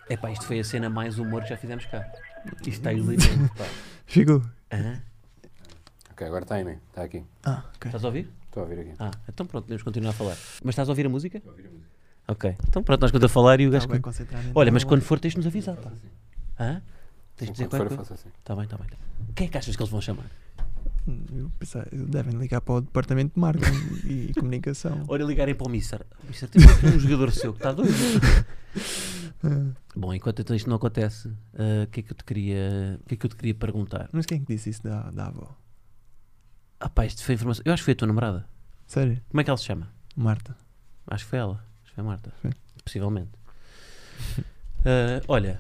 Speaker 1: É pá, isto foi a cena mais humor que já fizemos cá. Isto
Speaker 2: Hum.
Speaker 1: está hilariante, pá.
Speaker 2: Chegou.
Speaker 1: Hã?
Speaker 3: Ok, agora está em mim. Está aqui.
Speaker 2: Ah, ok.
Speaker 1: Estás a ouvir?
Speaker 3: Estou a ouvir aqui.
Speaker 1: Ah, então pronto, podemos continuar a falar. Mas estás a ouvir a música? Estou a ouvir a música. Ok, então pronto, nós continuamos a falar e o gajo.
Speaker 2: Estava bem
Speaker 1: con-
Speaker 2: concentrado. então,
Speaker 1: Olha, mas
Speaker 2: agora.
Speaker 1: quando for, tens de nos avisar, pá. Hã? Tens de dizer
Speaker 3: Enquanto for,
Speaker 1: qualquer
Speaker 3: eu
Speaker 1: coisa.
Speaker 3: faço assim.
Speaker 1: Está bem, está bem. tá bem. Quem é que achas que eles vão chamar?
Speaker 2: Hum, Eu pensava, devem ligar para o departamento de marketing e comunicação.
Speaker 1: Olha, ligarem para o Mister. Mister, temos aqui um jogador seu que está doido. Bom, enquanto então isto não acontece, ah, o que é que eu te queria, o que é que eu te queria perguntar?
Speaker 2: Mas quem é que disse isso da, da avó?
Speaker 1: Ah, pá, isto foi informação. Eu acho que foi a tua namorada.
Speaker 2: Sério?
Speaker 1: Como é que ela se chama?
Speaker 2: Marta.
Speaker 1: Acho que foi ela. Acho que foi a Marta.
Speaker 2: Foi.
Speaker 1: Possivelmente. Ah, olha,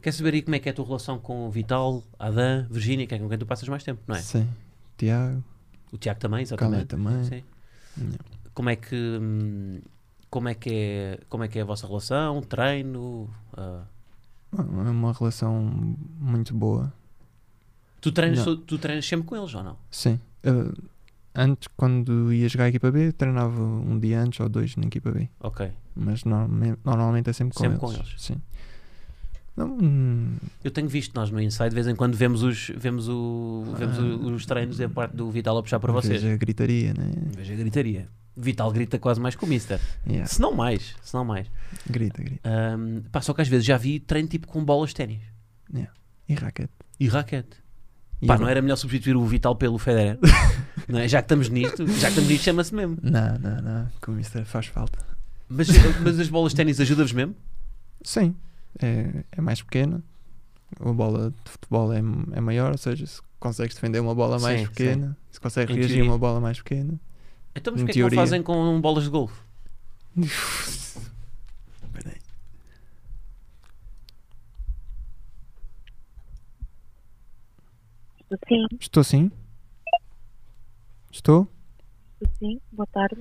Speaker 1: quer saber aí como é que é a tua relação com o Vital, Adam, Virgínia, que é com quem tu passas mais tempo, não é?
Speaker 2: Sim. Tiago.
Speaker 1: O Tiago também,
Speaker 2: Calé
Speaker 1: exatamente.
Speaker 2: também.
Speaker 1: Sim. Como é que hum, como é que é como é que é a vossa relação, treino? ah,
Speaker 2: É uma relação muito boa.
Speaker 1: tu treinas
Speaker 2: Não.
Speaker 1: tu, tu treinas sempre com eles ou não?
Speaker 2: Sim. Eh, antes, quando ia jogar a equipa B, treinava um dia antes ou dois na equipa B.
Speaker 1: Ok.
Speaker 2: Mas norme- normalmente é sempre com
Speaker 1: Sempre com
Speaker 2: eles.
Speaker 1: eles.
Speaker 2: Sim. Não, hum,
Speaker 1: Eu tenho visto nós no Inside de vez em quando vemos os vemos o vemos o- os treinos e a parte do Vital a puxar para
Speaker 2: Ah. às
Speaker 1: vocês.
Speaker 2: vezes é- a gritaria, né?
Speaker 1: Veja a gritaria. Vital grita quase mais que o Mister.
Speaker 2: Yeah,
Speaker 1: Se não mais, se não mais.
Speaker 2: Grita, grita.
Speaker 1: Ahm, pá, só que às vezes já vi treino tipo com bolas de ténis
Speaker 2: E raquete.
Speaker 1: e raquete.
Speaker 2: E
Speaker 1: Pá,
Speaker 2: eu-
Speaker 1: não é- era melhor substituir o Vital pelo Federer? não é? Já que estamos nisto, já que estamos nisto, chama-se mesmo.
Speaker 2: Não, não, não. Que o Mister faz falta.
Speaker 1: Mas, mas as bolas de ténis ajudam-vos mesmo?
Speaker 2: Sim. É, é mais pequena. A bola de futebol é, é maior, ou seja, se consegues defender uma bola mais
Speaker 1: Sim, sim.
Speaker 2: pequena, se consegues
Speaker 1: Em
Speaker 2: reagir a
Speaker 1: teoria.
Speaker 2: uma bola mais pequena.
Speaker 1: Então, mas
Speaker 2: Em
Speaker 1: o que é que não
Speaker 2: teoria.
Speaker 1: fazem com bolas de golfe?
Speaker 2: Peraí.
Speaker 6: Estou sim,
Speaker 2: Estou sim? Estou?
Speaker 6: estou sim. Tipo assim, Boa tarde.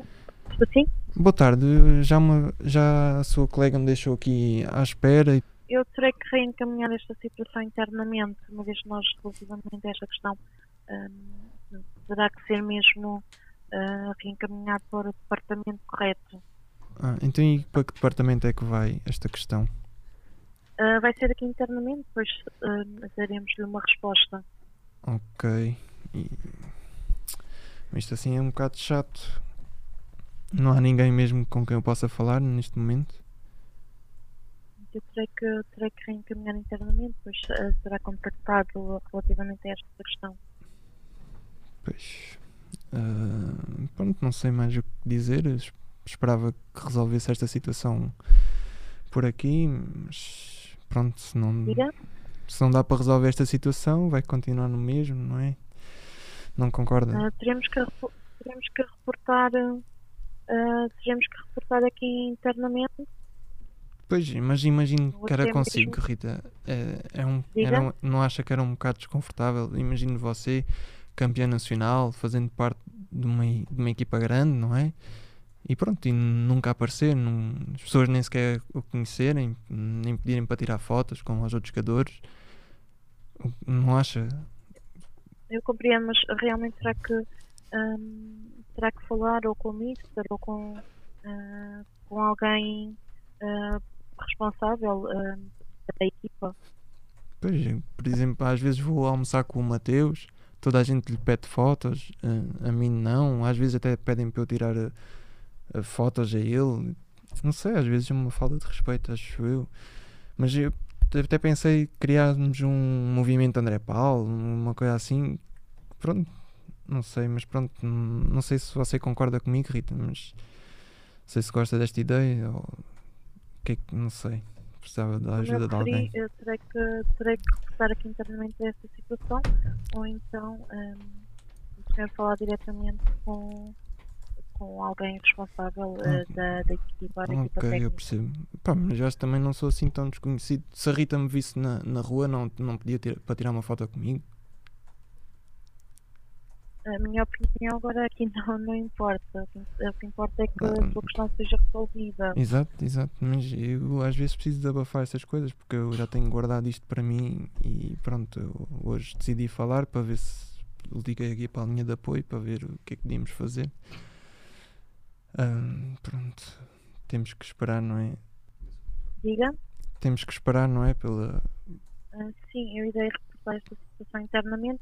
Speaker 6: Tipo assim, Estou sim.
Speaker 2: Boa tarde, já, me- já a sua colega me deixou aqui à espera. e-
Speaker 6: Eu terei que reencaminhar esta situação internamente, uma vez que nós, relativamente a esta questão, hum, terá que ser mesmo ah, reencaminhado para o departamento correto.
Speaker 2: Ah, então, e para que departamento é que vai esta questão?
Speaker 6: Ah, vai ser aqui internamente, depois ah, daremos-lhe uma resposta.
Speaker 2: Ok. E... Isto assim é um bocado chato. Não há ninguém mesmo com quem eu possa falar neste momento.
Speaker 6: Então, Eu terei que, terei que reencaminhar internamente, depois ah, será contactado relativamente a esta questão.
Speaker 2: Pois. ah, pronto, não sei mais o que dizer. es- esperava que resolvesse esta situação por aqui, mas pronto, se não,
Speaker 7: Diga?
Speaker 2: se não dá para resolver esta situação, vai continuar no mesmo, não é? Não concorda?
Speaker 7: Ah, teremos, que, repo- teremos que reportar. ah, teremos que reportar aqui internamente.
Speaker 2: Pois, mas imagino que era
Speaker 7: Você
Speaker 2: consigo,
Speaker 7: mesmo.
Speaker 2: Rita. É, é um,
Speaker 7: Diga?
Speaker 2: era um- não acha que era um bocado desconfortável? Imagino você, campeã nacional, fazendo parte de uma, e- de uma equipa grande, não é? E pronto, e nunca aparecer, não- as pessoas nem sequer o conhecerem, nem pedirem para tirar fotos com os outros jogadores. O- Não acha?
Speaker 7: Eu compreendo, mas realmente será que ahm, terá que falar ou com o Mister ou com, ah, com alguém ah, responsável ahm, da equipa?
Speaker 2: Pois, por exemplo, às vezes vou almoçar com o Mateus, toda a gente lhe pede fotos, a, a mim não, às vezes até pedem para eu tirar eh, eh, fotos a ele. Não sei, às vezes é uma falta de respeito, acho eu. Mas eu te- até pensei criarmos um movimento André Paulo, uma coisa assim. Pronto, não sei, mas pronto, hum, não sei se você concorda comigo, Rita, mas não sei se gosta desta ideia ou o que é que, não sei. Precisava da
Speaker 7: Como eu
Speaker 2: ajuda de
Speaker 7: referi,
Speaker 2: alguém.
Speaker 7: Eu terei que, terei que reportar aqui internamente esta situação ou então ahm, o senhor falar diretamente com, com alguém responsável ah,
Speaker 2: Ok.
Speaker 7: da, da equipa, da equipa
Speaker 6: tipo
Speaker 2: Ok, eu
Speaker 7: técnica.
Speaker 2: percebo. Pá, mas eu acho que também não sou assim tão desconhecido. Se a Rita me visse na, na rua, não, não podia ter, para tirar uma foto comigo.
Speaker 7: A minha opinião agora aqui não, não importa. O que- O que importa é que a sua questão seja resolvida.
Speaker 2: Exato, exato. Mas eu às vezes preciso desabafar essas coisas porque eu já tenho guardado isto para mim e pronto, eu hoje decidi falar para ver se liguei aqui para a linha de apoio para ver o que é que podíamos fazer. Ahm, pronto, temos que esperar, não é?
Speaker 7: Diga?
Speaker 2: Temos que esperar, não é? Pela.
Speaker 7: Ah, sim, eu irei reportar esta situação internamente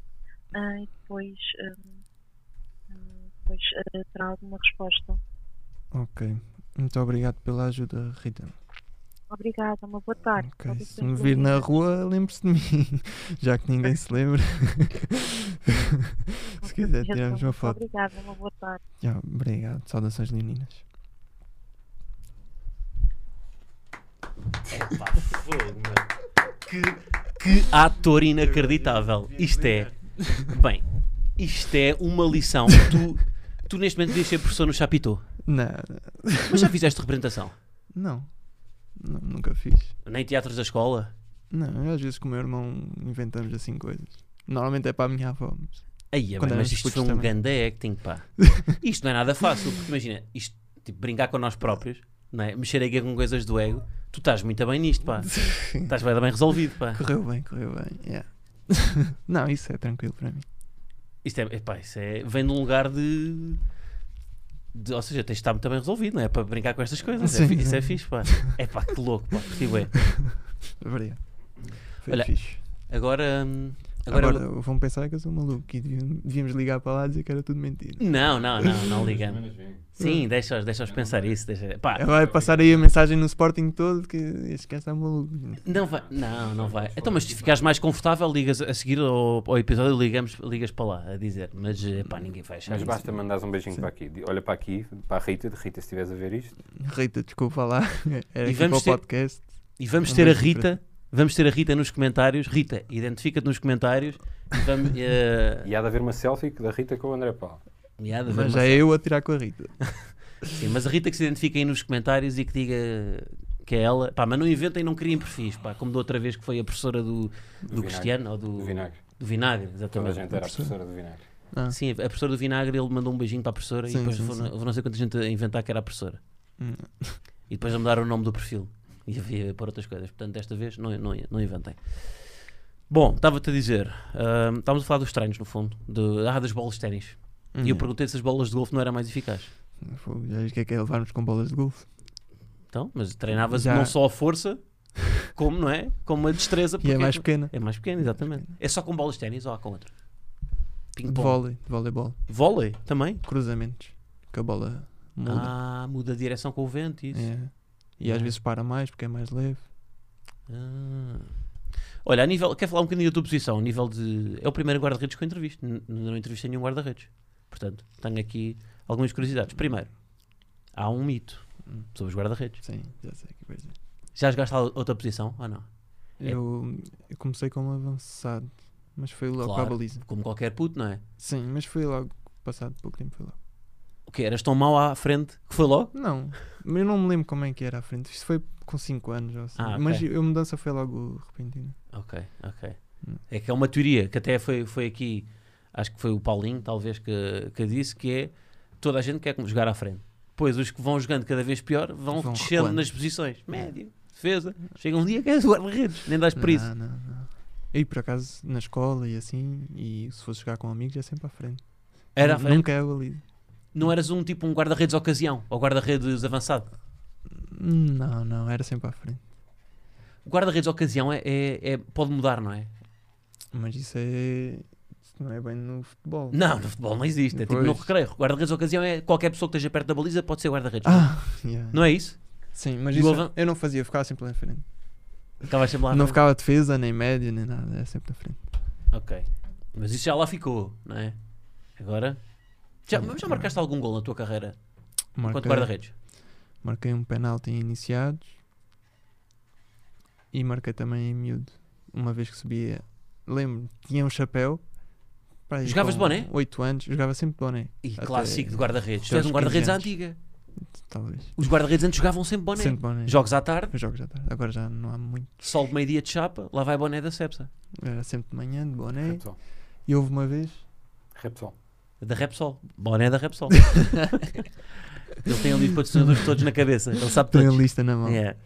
Speaker 7: ah, e depois, ah, ah, depois ah, terá alguma resposta.
Speaker 2: Ok. Muito obrigado pela ajuda, Rita.
Speaker 7: Obrigada, uma boa tarde.
Speaker 2: Ok,
Speaker 7: Com
Speaker 2: se
Speaker 7: licença,
Speaker 2: me vir na
Speaker 7: obrigada.
Speaker 2: rua, lembre-se de mim, já que ninguém se lembra.
Speaker 7: Com
Speaker 2: se quiser,
Speaker 7: certeza.
Speaker 2: tiramos uma foto.
Speaker 7: Obrigada, uma boa tarde.
Speaker 2: Já, obrigado, saudações leoninas.
Speaker 1: Pá, fogo, meu. Que, que ator inacreditável. Isto é. Bem, isto é uma lição. Tu, tu neste momento devias ser professor no Chapitou.
Speaker 2: Não,
Speaker 1: Mas já fizeste representação?
Speaker 2: não, não, nunca fiz.
Speaker 1: Nem teatros da escola?
Speaker 2: Não, eu às vezes com o meu irmão inventamos assim coisas. Normalmente é para a minha avó. Mas...
Speaker 1: Aí, é
Speaker 2: Quando
Speaker 1: bem, mas
Speaker 2: éramos
Speaker 1: isto
Speaker 2: putos
Speaker 1: foi um
Speaker 2: também.
Speaker 1: grande acting, pá. Isto não é nada fácil, porque imagina, isto, tipo, brincar com nós próprios, não é? Mexer aqui com coisas do ego. Tu estás muito bem nisto, pá. Estás bem, bem resolvido, pá.
Speaker 2: Correu bem, correu bem. yeah. não, isso é tranquilo para mim.
Speaker 1: Isto é, epá, isso é, vem de um lugar de, de- Ou seja, tens de estar muito bem resolvido, não é? Para brincar com estas coisas. é,
Speaker 2: Sim,
Speaker 1: fi- isso é
Speaker 2: sim.
Speaker 1: fixe, pá. É pá, que tipo é. louco, pá. Curti bué.
Speaker 2: Obrigado. É Foi
Speaker 1: Olha,
Speaker 2: fixe.
Speaker 1: Agora. hum, Agora.
Speaker 2: Agora, vão pensar que eu sou maluco e devíamos, devíamos ligar para lá e dizer que era tudo mentira.
Speaker 1: Não, não, não, não ligamos.
Speaker 3: Mas vem.
Speaker 1: Sim, deixa-os deixa pensar isso. Deixa, pá,
Speaker 2: Vai passar aí a mensagem no Sporting todo que este gajo está maluco.
Speaker 1: não vai. Não, não vai. Então, mas se ficares mais confortável, ligas a seguir ao, ao episódio, ligamos, ligas para lá a dizer. Mas, eh, pá, ninguém vai achar
Speaker 3: Mas
Speaker 1: isso.
Speaker 3: basta mandares um beijinho para aqui. Di- Olha para aqui, para a Rita, de Rita, se estiveres a ver isto.
Speaker 2: Rita, desculpa lá. Era
Speaker 1: E
Speaker 2: aqui
Speaker 1: vamos
Speaker 2: para o
Speaker 1: ter-
Speaker 2: podcast.
Speaker 1: E vamos
Speaker 2: Um
Speaker 1: ter a
Speaker 2: beijo
Speaker 1: Rita.
Speaker 2: para
Speaker 1: Vamos ter a Rita nos comentários. Rita, identifica-te nos comentários. E vamos. eh,
Speaker 3: E há de haver uma selfie da Rita com o André Paulo.
Speaker 1: Meada, vamos
Speaker 2: Mas
Speaker 1: lá.
Speaker 2: já é eu a tirar com a Rita.
Speaker 1: Sim, mas a Rita que se identifica aí nos comentários e que diga que é ela. Pá, mas não inventem, não criem perfis, pá, como da outra vez que foi a professora do, do,
Speaker 3: vinagre.
Speaker 1: Cristiano ou do,
Speaker 3: Do vinagre.
Speaker 1: do Vinagre,
Speaker 3: Toda a
Speaker 1: exatamente.
Speaker 3: gente era a professora do vinagre.
Speaker 2: Ah,
Speaker 1: Sim, a professora do Vinagre, ele mandou um beijinho para a professora e
Speaker 2: Sim,
Speaker 1: depois
Speaker 2: sim,
Speaker 1: houve
Speaker 2: sim.
Speaker 1: houve não sei quanta gente a inventar que era a professora.
Speaker 2: Hum.
Speaker 1: E depois a mudar o nome do perfil e havia para outras coisas. Portanto, desta vez não, não, não inventem. Bom, estava-te a dizer, hum, estávamos a falar dos treinos, no fundo, de, ah, das bolas de ténis.
Speaker 2: hum.
Speaker 1: E eu perguntei se as bolas de golfe não eram mais eficazes.
Speaker 2: Fogo, Já viste o que é que é levarmos com bolas de golfe?
Speaker 1: Então, mas treinavas
Speaker 2: Já-
Speaker 1: não só a força, como, não é? Como a destreza.
Speaker 2: E
Speaker 1: porque
Speaker 2: é mais pequena.
Speaker 1: é mais pequeno, exatamente. É só com bolas de ténis ou há com outro?
Speaker 2: De
Speaker 1: Ping-pong.
Speaker 2: vôlei, de voleibol.
Speaker 1: Vôlei também?
Speaker 2: Cruzamentos. Que a bola muda.
Speaker 1: Ah, muda a direção com o vento, isso.
Speaker 2: É. E às
Speaker 1: Ah.
Speaker 2: vezes para mais porque é mais leve.
Speaker 1: Ah. Olha, a nível, quer falar um bocadinho da tua posição? A nível de. É o primeiro guarda-redes que eu entrevisto. N- Não entrevistei nenhum guarda-redes. Portanto, tenho aqui algumas curiosidades. Primeiro, Há um mito sobre os guarda-redes.
Speaker 2: Sim, já sei o que vais dizer.
Speaker 1: Já jogaste a outra posição ou não? É.
Speaker 2: Eu, eu comecei como avançado, mas foi logo
Speaker 1: Claro.
Speaker 2: para a baliza.
Speaker 1: Como qualquer puto, não é?
Speaker 2: Sim, mas foi logo, passado pouco tempo foi logo.
Speaker 1: O que Eras tão mal à frente que foi logo?
Speaker 2: Não, mas eu não me lembro como é que era à frente. Isto foi com 5 anos ou assim.
Speaker 1: Ah, ok.
Speaker 2: Mas eu- a mudança foi logo repentina.
Speaker 1: Ok, ok.
Speaker 2: Hum.
Speaker 1: É que é uma teoria que até foi, foi aqui, acho que foi o Paulinho, talvez, que, que disse que é toda a gente quer jogar à frente. Pois os que vão jogando cada vez pior vão,
Speaker 2: Vão
Speaker 1: descendo
Speaker 2: recuando. É.
Speaker 1: nas posições. Média, defesa. Chega um dia que és o guarda-redes, nem dás por isso.
Speaker 2: Não, não, não. E por acaso, na escola e assim, e se fosse jogar com amigos, é sempre à frente.
Speaker 1: Era à
Speaker 2: Nu-
Speaker 1: frente.
Speaker 2: Nunca é a baliza.
Speaker 1: Não eras um tipo um guarda-redes ocasião ou guarda-redes avançado.
Speaker 2: Não, não, era sempre à frente.
Speaker 1: O guarda-redes ocasião é, é- é- pode mudar, não é?
Speaker 2: Mas isso é. Isso não é bem no futebol.
Speaker 1: Não, no futebol não existe. É tipo
Speaker 2: Pois.
Speaker 1: no recreio. Guarda-redes ocasião é qualquer pessoa que esteja perto da baliza pode ser guarda-redes.
Speaker 2: Ah, yeah.
Speaker 1: Não é isso?
Speaker 2: sim, mas
Speaker 1: E o
Speaker 2: isso
Speaker 1: avan-
Speaker 2: eu não fazia, eu ficava sempre lá em frente.
Speaker 1: Acabas sempre lá à
Speaker 2: Não
Speaker 1: frente.
Speaker 2: ficava defesa, nem média, nem nada, era sempre na frente.
Speaker 1: Ok. Mas isso já lá ficou, não é? Agora. Já, mas já marcaste algum gol na tua carreira enquanto
Speaker 2: Marquei,
Speaker 1: guarda-redes?
Speaker 2: marquei um penalti em iniciados e marquei também em miúdo. Uma vez que subia, lembro, tinha um chapéu. pá, aí
Speaker 1: Jogavas
Speaker 2: com
Speaker 1: de boné?
Speaker 2: 8 anos, jogava sempre de boné,
Speaker 1: E
Speaker 2: Até-
Speaker 1: clássico de guarda-redes. Tu
Speaker 2: até
Speaker 1: és um
Speaker 2: aos
Speaker 1: guarda-redes
Speaker 2: 15
Speaker 1: à
Speaker 2: anos.
Speaker 1: antiga.
Speaker 2: talvez.
Speaker 1: Os guarda-redes antes jogavam sempre boné.
Speaker 2: Sempre boné.
Speaker 1: Jogos à tarde,
Speaker 2: Eu jogo já tarde, agora já não há muito.
Speaker 1: sol de meio-dia de chapa, lá vai boné da Cepsa.
Speaker 2: Era sempre de manhã, de boné.
Speaker 3: Repsol.
Speaker 2: E houve uma vez,
Speaker 3: Repsol.
Speaker 1: Da Repsol. Boné da Repsol. Ele tem ali os patrocinadores todos na cabeça. Ele sabe
Speaker 2: tenho a
Speaker 1: todos.
Speaker 2: lista na mão.
Speaker 1: É.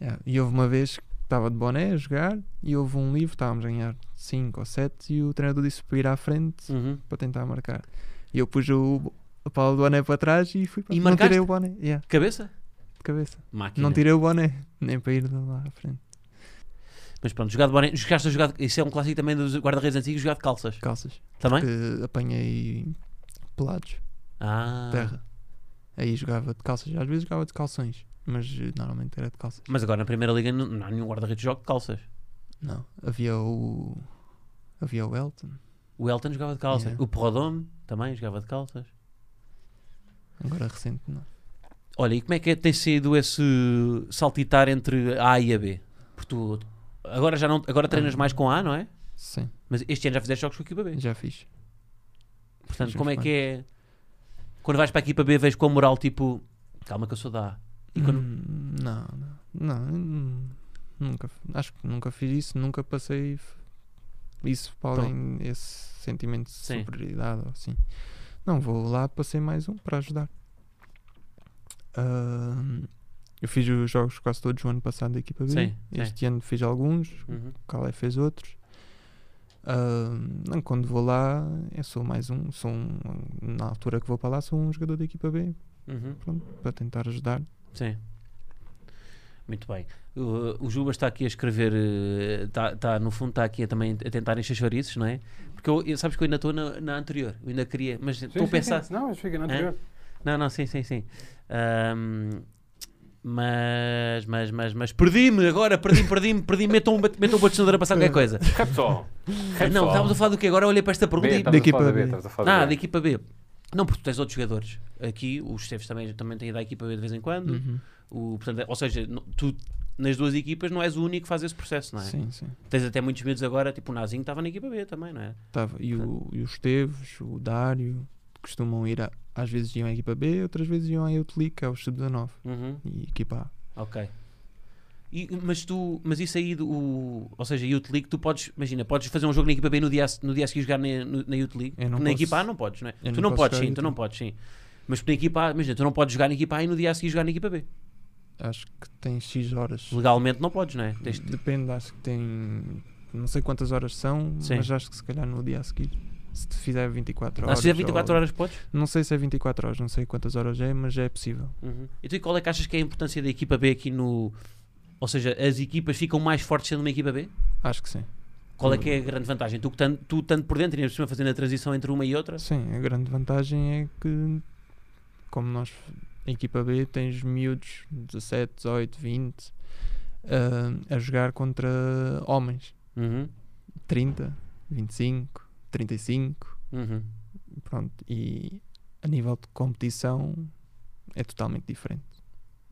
Speaker 2: Yeah, E houve uma vez que estava de boné a jogar e houve um livro, estávamos a ganhar 5 ou 7 e o treinador disse para ir à frente
Speaker 1: Uhum.
Speaker 2: para tentar marcar. E eu pus o, a pala do boné para trás e fui para
Speaker 1: E
Speaker 2: Não
Speaker 1: marcaste?
Speaker 2: tirei o boné, yeah,
Speaker 1: Cabeça?
Speaker 2: de cabeça.
Speaker 1: Máquina.
Speaker 2: Não tirei o boné, nem para ir lá à frente.
Speaker 1: Mas pronto, jogar de boné. Jogaste a jogar. Isso é um clássico também dos guarda-redes antigos, jogar de calças.
Speaker 2: Calças,
Speaker 1: Também?
Speaker 2: que apanhei pelados,
Speaker 1: Ah.
Speaker 2: terra. Aí jogava de calças, às vezes jogava de calções, mas eh, normalmente era de calças.
Speaker 1: Mas agora na primeira liga não, não há nenhum guarda-redes que joga de calças.
Speaker 2: Não, havia o. Havia o Elton.
Speaker 1: O Elton jogava de calças.
Speaker 2: Yeah.
Speaker 1: O Porrodome também jogava de calças.
Speaker 2: Agora recente não.
Speaker 1: Olha, e como é que é- tem sido esse saltitar entre a A e a B? Porque tu agora já não agora treinas
Speaker 2: Uhum.
Speaker 1: mais com A, não é?
Speaker 2: Sim,
Speaker 1: Mas este ano já fizeste jogos com a equipa B.
Speaker 2: já fiz.
Speaker 1: Portanto,
Speaker 2: já
Speaker 1: como é
Speaker 2: foi.
Speaker 1: que é quando vais para a equipa B vejo com a moral tipo calma que eu sou da A. E quando-
Speaker 2: Hum, Não, não. Não, eu nu- nunca. Acho que nunca fiz isso, nunca passei f- isso para
Speaker 1: Então.
Speaker 2: além esse sentimento de
Speaker 1: Sim.
Speaker 2: superioridade ou assim. Não, vou lá, passei mais um para ajudar. Ahm, eu fiz os jogos quase todos o ano passado da equipa B.
Speaker 1: Sim, sim.
Speaker 2: este ano fiz alguns,
Speaker 1: Uhum.
Speaker 2: o Calé fez outros. Ahm, não, quando vou lá, eu sou mais um, sou um. Na altura que vou para lá, sou um jogador da equipa B,
Speaker 1: Uhum.
Speaker 2: pronto, para tentar ajudar.
Speaker 1: Sim. Muito bem. O, o Juba está aqui a escrever, eh, está, está, no fundo está aqui a, também a tentar encher chouriços, não é? Porque eu, eu- sabes que eu ainda estou na, na anterior, eu ainda queria, mas estou a pensar.
Speaker 3: Não, mas fica na
Speaker 1: Hã?
Speaker 3: anterior.
Speaker 1: É? Não, não, sim, sim, sim. Ahm, mas, mas, mas, mas perdi-me agora, perdi-me, perdi-me, perdi-me, metam um, bat- metam um patrocinador a passar qualquer coisa.
Speaker 3: Repsol.
Speaker 1: Não, estávamos a falar do que agora? Eu olhei para esta pergunta
Speaker 3: É B,
Speaker 1: e
Speaker 3: estamos a
Speaker 2: equipa
Speaker 3: falar da
Speaker 2: B.
Speaker 3: B, estamos a falar
Speaker 1: Ah,
Speaker 3: da
Speaker 1: da
Speaker 3: B.
Speaker 1: equipa B. Não, porque tu tens outros jogadores. Aqui, os chefes também, também têm da equipa B de vez em quando.
Speaker 2: Uhum.
Speaker 1: O, portanto, é, ou seja, no- tu nas duas equipas não és o único que faz esse processo, não é?
Speaker 2: Sim, sim.
Speaker 1: Tens até muitos medos agora, tipo o Nazinho estava na equipa B também, não é?
Speaker 2: Tava. E, o, e o Esteves, o Dário, costumam ir, a- às vezes iam à equipa B, outras vezes iam à Eutli, que é o sub-19,
Speaker 1: Uhum,
Speaker 2: e equipa A.
Speaker 1: ok. E- mas tu, mas isso aí, do, o- ou seja, Youth League, tu podes, imagina, podes fazer um jogo na equipa B no dia, a se- no dia a seguir jogar na, no- na Youth League.
Speaker 2: Eu não
Speaker 1: na
Speaker 2: posso.
Speaker 1: equipa A não podes, não é?
Speaker 2: Eu
Speaker 1: tu
Speaker 2: não
Speaker 1: não
Speaker 2: posso
Speaker 1: podes,
Speaker 2: jogar
Speaker 1: sim,
Speaker 2: na
Speaker 1: tu não
Speaker 2: equipa
Speaker 1: podes, sim. Mas na equipa A, imagina, tu não podes jogar na equipa A e no dia a seguir jogar na equipa B.
Speaker 2: Acho que tem X horas.
Speaker 1: Legalmente não podes, não é? Tens-
Speaker 2: Depende, acho que tem. Não sei quantas horas são,
Speaker 1: Sim.
Speaker 2: mas acho que se calhar no dia a seguir. Se te fizer 24
Speaker 1: Ah,
Speaker 2: horas.
Speaker 1: se fizer 24
Speaker 2: ou-
Speaker 1: horas podes?
Speaker 2: Não sei se é 24 horas, não sei quantas horas é, mas é possível.
Speaker 1: Uhum. E tu e qual é que achas que é a importância da equipa B aqui no. Ou seja, as equipas ficam mais fortes sendo uma equipa B?
Speaker 2: Acho que sim.
Speaker 1: Qual é que é a grande vantagem? Tu, que tanto, tu tanto por dentro e ainda por cima fazendo a transição entre uma e outra?
Speaker 2: Sim, a grande vantagem é que, como nós, a equipa B, tens miúdos 17, 18, 20 ah, a jogar contra homens
Speaker 1: Uhum.
Speaker 2: 30, 25, 35,
Speaker 1: Uhum.
Speaker 2: pronto. E a nível de competição é totalmente diferente.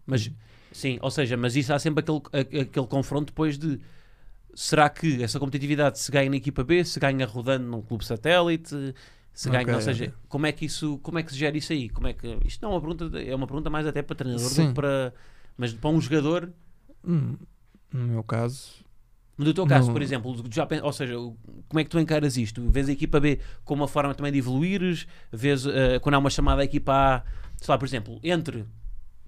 Speaker 1: Mas, sim, ou seja, mas isso há sempre aquele, a- aquele confronto depois de será que essa competitividade se ganha na equipa B, se ganha rodando num clube satélite, se ganha,
Speaker 2: Ok,
Speaker 1: ou seja, como é que isso, como é que se gera isso aí? Como é que, isto não é uma pergunta, de- é uma pergunta mais até para treinador do
Speaker 2: Sim.
Speaker 1: que para, mas para um jogador,
Speaker 2: Hum, no meu caso,
Speaker 1: no teu caso,
Speaker 2: Não.
Speaker 1: por exemplo, tu já, pen- ou seja, o- como é que tu encaras isto? Vês a equipa B como uma forma também de evoluires? Vês eh, quando há uma chamada à equipa A, sei lá, por exemplo, entre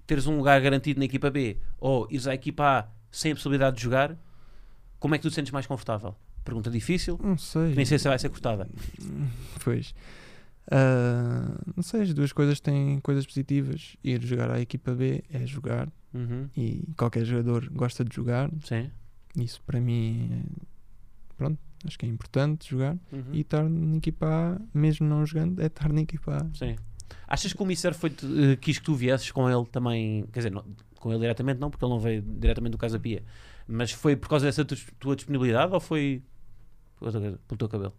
Speaker 1: teres um lugar garantido na equipa B ou ires à equipa A sem a possibilidade de jogar, como é que tu te sentes mais confortável? Pergunta difícil,
Speaker 2: não sei.
Speaker 1: que nem sei se vai ser cortada.
Speaker 2: Pois. Ah, não sei, as duas coisas têm coisas positivas. Ir jogar à equipa B é jogar
Speaker 1: Uhum,
Speaker 2: e qualquer jogador gosta de jogar.
Speaker 1: Sim.
Speaker 2: Isso para mim, é- pronto, acho que é importante jogar.
Speaker 1: Uhum,
Speaker 2: E estar na equipa A, mesmo não jogando, é estar na equipa A.
Speaker 1: Sim. Achas que o Mister foi eh, quis que tu viesses com ele também, quer dizer, não- com ele diretamente não, porque ele não veio diretamente do Casa Pia, mas foi por causa dessa tu- tua disponibilidade ou foi por outra coisa, pelo teu cabelo?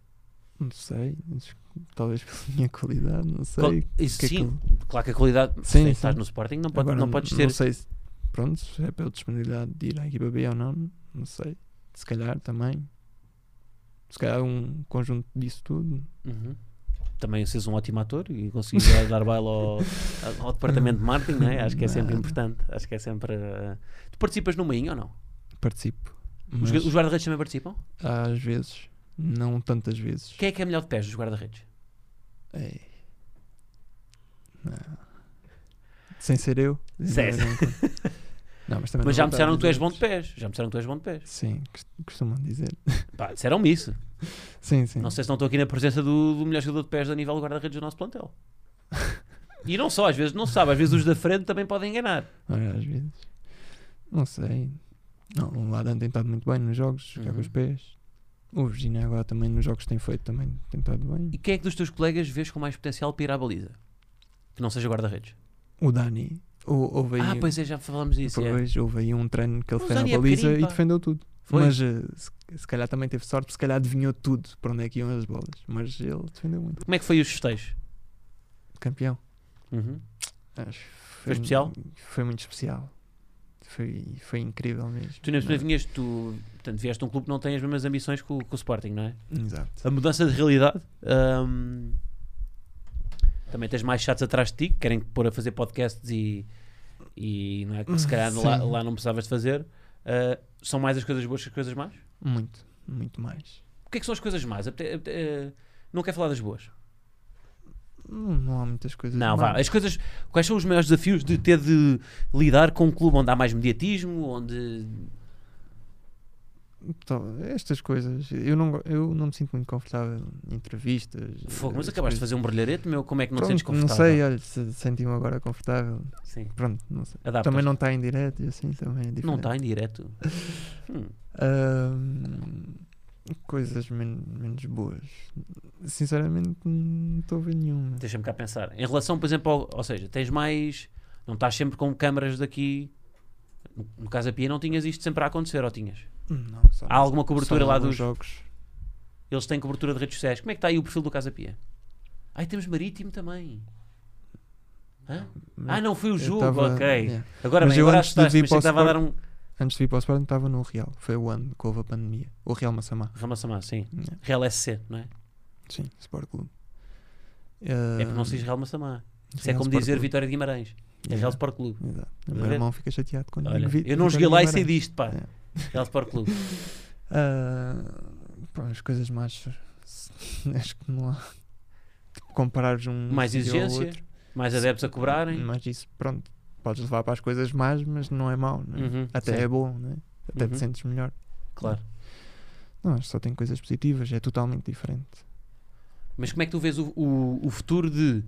Speaker 2: Não sei, mas talvez pela minha qualidade, não sei.
Speaker 1: Qual- isso
Speaker 2: que é que
Speaker 1: sim, claro que a qualidade, sim,
Speaker 2: Sim,
Speaker 1: estás
Speaker 2: sim.
Speaker 1: no Sporting, não, pode,
Speaker 2: Agora,
Speaker 1: não podes ter.
Speaker 2: Não sei se, pronto, se é pela disponibilidade de ir à equipa B ou não, não sei. Se calhar também. Se calhar um conjunto disso tudo.
Speaker 1: Uhum. Também seres um ótimo ator e conseguires dar- dar baile ao, ao departamento de marketing, não é? Acho que é sempre
Speaker 2: Não.
Speaker 1: importante. Acho que é sempre. eh, Tu participas no Mainho ou não?
Speaker 2: Participo.
Speaker 1: Os,
Speaker 2: Mas
Speaker 1: ga- os guarda-redes também participam?
Speaker 2: às vezes, não tantas vezes.
Speaker 1: Quem é que é melhor de pés dos guarda-redes?
Speaker 2: Ei. Não. Sem ser eu.
Speaker 1: Sim.
Speaker 2: Não, não, mas
Speaker 1: Mas
Speaker 2: também não é
Speaker 1: já me disseram
Speaker 2: vou
Speaker 1: que tu
Speaker 2: estar a
Speaker 1: és
Speaker 2: dizer
Speaker 1: bom de
Speaker 2: isso.
Speaker 1: pés. Já me disseram que tu és bom de pés.
Speaker 2: Sim, cos- costumam dizer.
Speaker 1: Pá, disseram-me isso.
Speaker 2: Uhum. Sim, sim.
Speaker 1: Não sei se não estou aqui na presença do, do melhor jogador de pés a nível do guarda-redes do nosso plantel. E não só, às vezes não se sabe, às vezes os da frente também podem enganar.
Speaker 2: Olha, é, às vezes. Não sei. Não, o Ladan tem estado muito bem nos jogos, jogar com os
Speaker 1: Uhum.
Speaker 2: pés. O Virginia agora também nos jogos que tem feito também tem estado bem.
Speaker 1: E quem é que dos teus colegas vês com mais potencial para ir à baliza? Que não seja guarda-redes.
Speaker 2: O Dani, hou- houve aí,
Speaker 1: Ah, pois é, já falamos disso. é.
Speaker 2: pois, houve aí um treino que ele
Speaker 1: O
Speaker 2: fez na
Speaker 1: Dani é
Speaker 2: baliza
Speaker 1: pequenino,
Speaker 2: e
Speaker 1: pá.
Speaker 2: defendeu tudo.
Speaker 1: Foi?
Speaker 2: Mas eh, se, se calhar também teve sorte, se calhar adivinhou tudo para onde é que iam as bolas. Mas ele defendeu muito.
Speaker 1: Como é que foi os festejos?
Speaker 2: Campeão.
Speaker 1: Uhum.
Speaker 2: Acho que foi,
Speaker 1: especial?
Speaker 2: Foi muito especial. Foi, foi incrível mesmo.
Speaker 1: Tu nem
Speaker 2: Não-
Speaker 1: vinhas, tu portanto, vieste de um clube que não tem as mesmas ambições que o, que o Sporting, não é?
Speaker 2: Exato.
Speaker 1: A mudança de realidade. hum, também tens mais chatos atrás de ti, que querem pôr a fazer podcasts e, e não é, que se calhar
Speaker 2: Sim.
Speaker 1: lá, lá não precisavas de fazer. Ah, são mais as coisas boas que as coisas más?
Speaker 2: Muito, muito mais.
Speaker 1: O que é que são as coisas más? Apete- apete- eh, não quero falar das boas.
Speaker 2: Não, não há muitas coisas.
Speaker 1: Não,
Speaker 2: más.
Speaker 1: vá. As coisas. Quais são os maiores desafios de ter de lidar com um clube onde há mais mediatismo, onde.
Speaker 2: Então, estas coisas, eu não, go- eu não me sinto muito confortável em entrevistas.
Speaker 1: Fogo, mas
Speaker 2: eh,
Speaker 1: acabaste de fazer um brilharete, meu. Como é que não te
Speaker 2: Pronto,
Speaker 1: sentes confortável?
Speaker 2: Não sei, olha, se senti-me agora confortável.
Speaker 1: Sim.
Speaker 2: Pronto, não sei.
Speaker 1: Adaptas.
Speaker 2: Também não está em direto e assim também é diferente.
Speaker 1: Ah, Não está em direto. Hum.
Speaker 2: Ahm, coisas men- menos boas. Sinceramente, não estou a ver nenhuma.
Speaker 1: Deixa-me cá pensar. Em relação, por exemplo, ao, ou seja, tens mais. Não estás sempre com câmaras daqui. No, no caso da Pia, não tinhas isto sempre a acontecer, ou tinhas?
Speaker 2: Não, só-
Speaker 1: Há alguma cobertura
Speaker 2: só
Speaker 1: lá
Speaker 2: alguns
Speaker 1: dos.
Speaker 2: jogos.
Speaker 1: Eles têm cobertura de redes sociais. Como é que está aí o perfil do Casa Pia? Aí temos Marítimo também. Hã? Ah, não, foi o
Speaker 2: Eu
Speaker 1: jogo,
Speaker 2: tava-
Speaker 1: ok.
Speaker 2: yeah.
Speaker 1: Agora
Speaker 2: Mas
Speaker 1: bem,
Speaker 2: eu
Speaker 1: agora
Speaker 2: antes de
Speaker 1: assustaste,
Speaker 2: vir
Speaker 1: mas
Speaker 2: para o
Speaker 1: estava a dar um.
Speaker 2: Antes de ir para o Sporting estava no Real. Foi o ano que houve a pandemia. O Real Massamá.
Speaker 1: Ramassamá, um sim.
Speaker 2: Yeah.
Speaker 1: Real SC, não é?
Speaker 2: Sim, Sport Clube. Ah,
Speaker 1: É porque não se diz Real Massamá. Isso é como dizer Vitória de Guimarães. É Real Sport Clube.
Speaker 2: Exato. O
Speaker 1: a
Speaker 2: meu
Speaker 1: ver?
Speaker 2: irmão fica chateado quando
Speaker 1: Olha,
Speaker 2: digo vi-
Speaker 1: eu não
Speaker 2: Vitória
Speaker 1: joguei lá e
Speaker 2: Guimarães.
Speaker 1: sei disto, pá.
Speaker 2: Yeah.
Speaker 1: Real Sport Clube.
Speaker 2: Ah, pá, as coisas mais. Acho que não há. Tipo, comparares um.
Speaker 1: Mais
Speaker 2: vídeo ao
Speaker 1: exigência,
Speaker 2: outro.
Speaker 1: Mais adeptos a cobrarem.
Speaker 2: Mas isso, pronto. Podes levar para as coisas mais, mas não é mau. Não é?
Speaker 1: Uhum,
Speaker 2: Até
Speaker 1: sim.
Speaker 2: é bom, não é? Até
Speaker 1: Uhum.
Speaker 2: te sentes melhor.
Speaker 1: Claro.
Speaker 2: Não, acho que só tem coisas positivas. É totalmente diferente.
Speaker 1: Mas como é que tu vês o, o, o futuro de.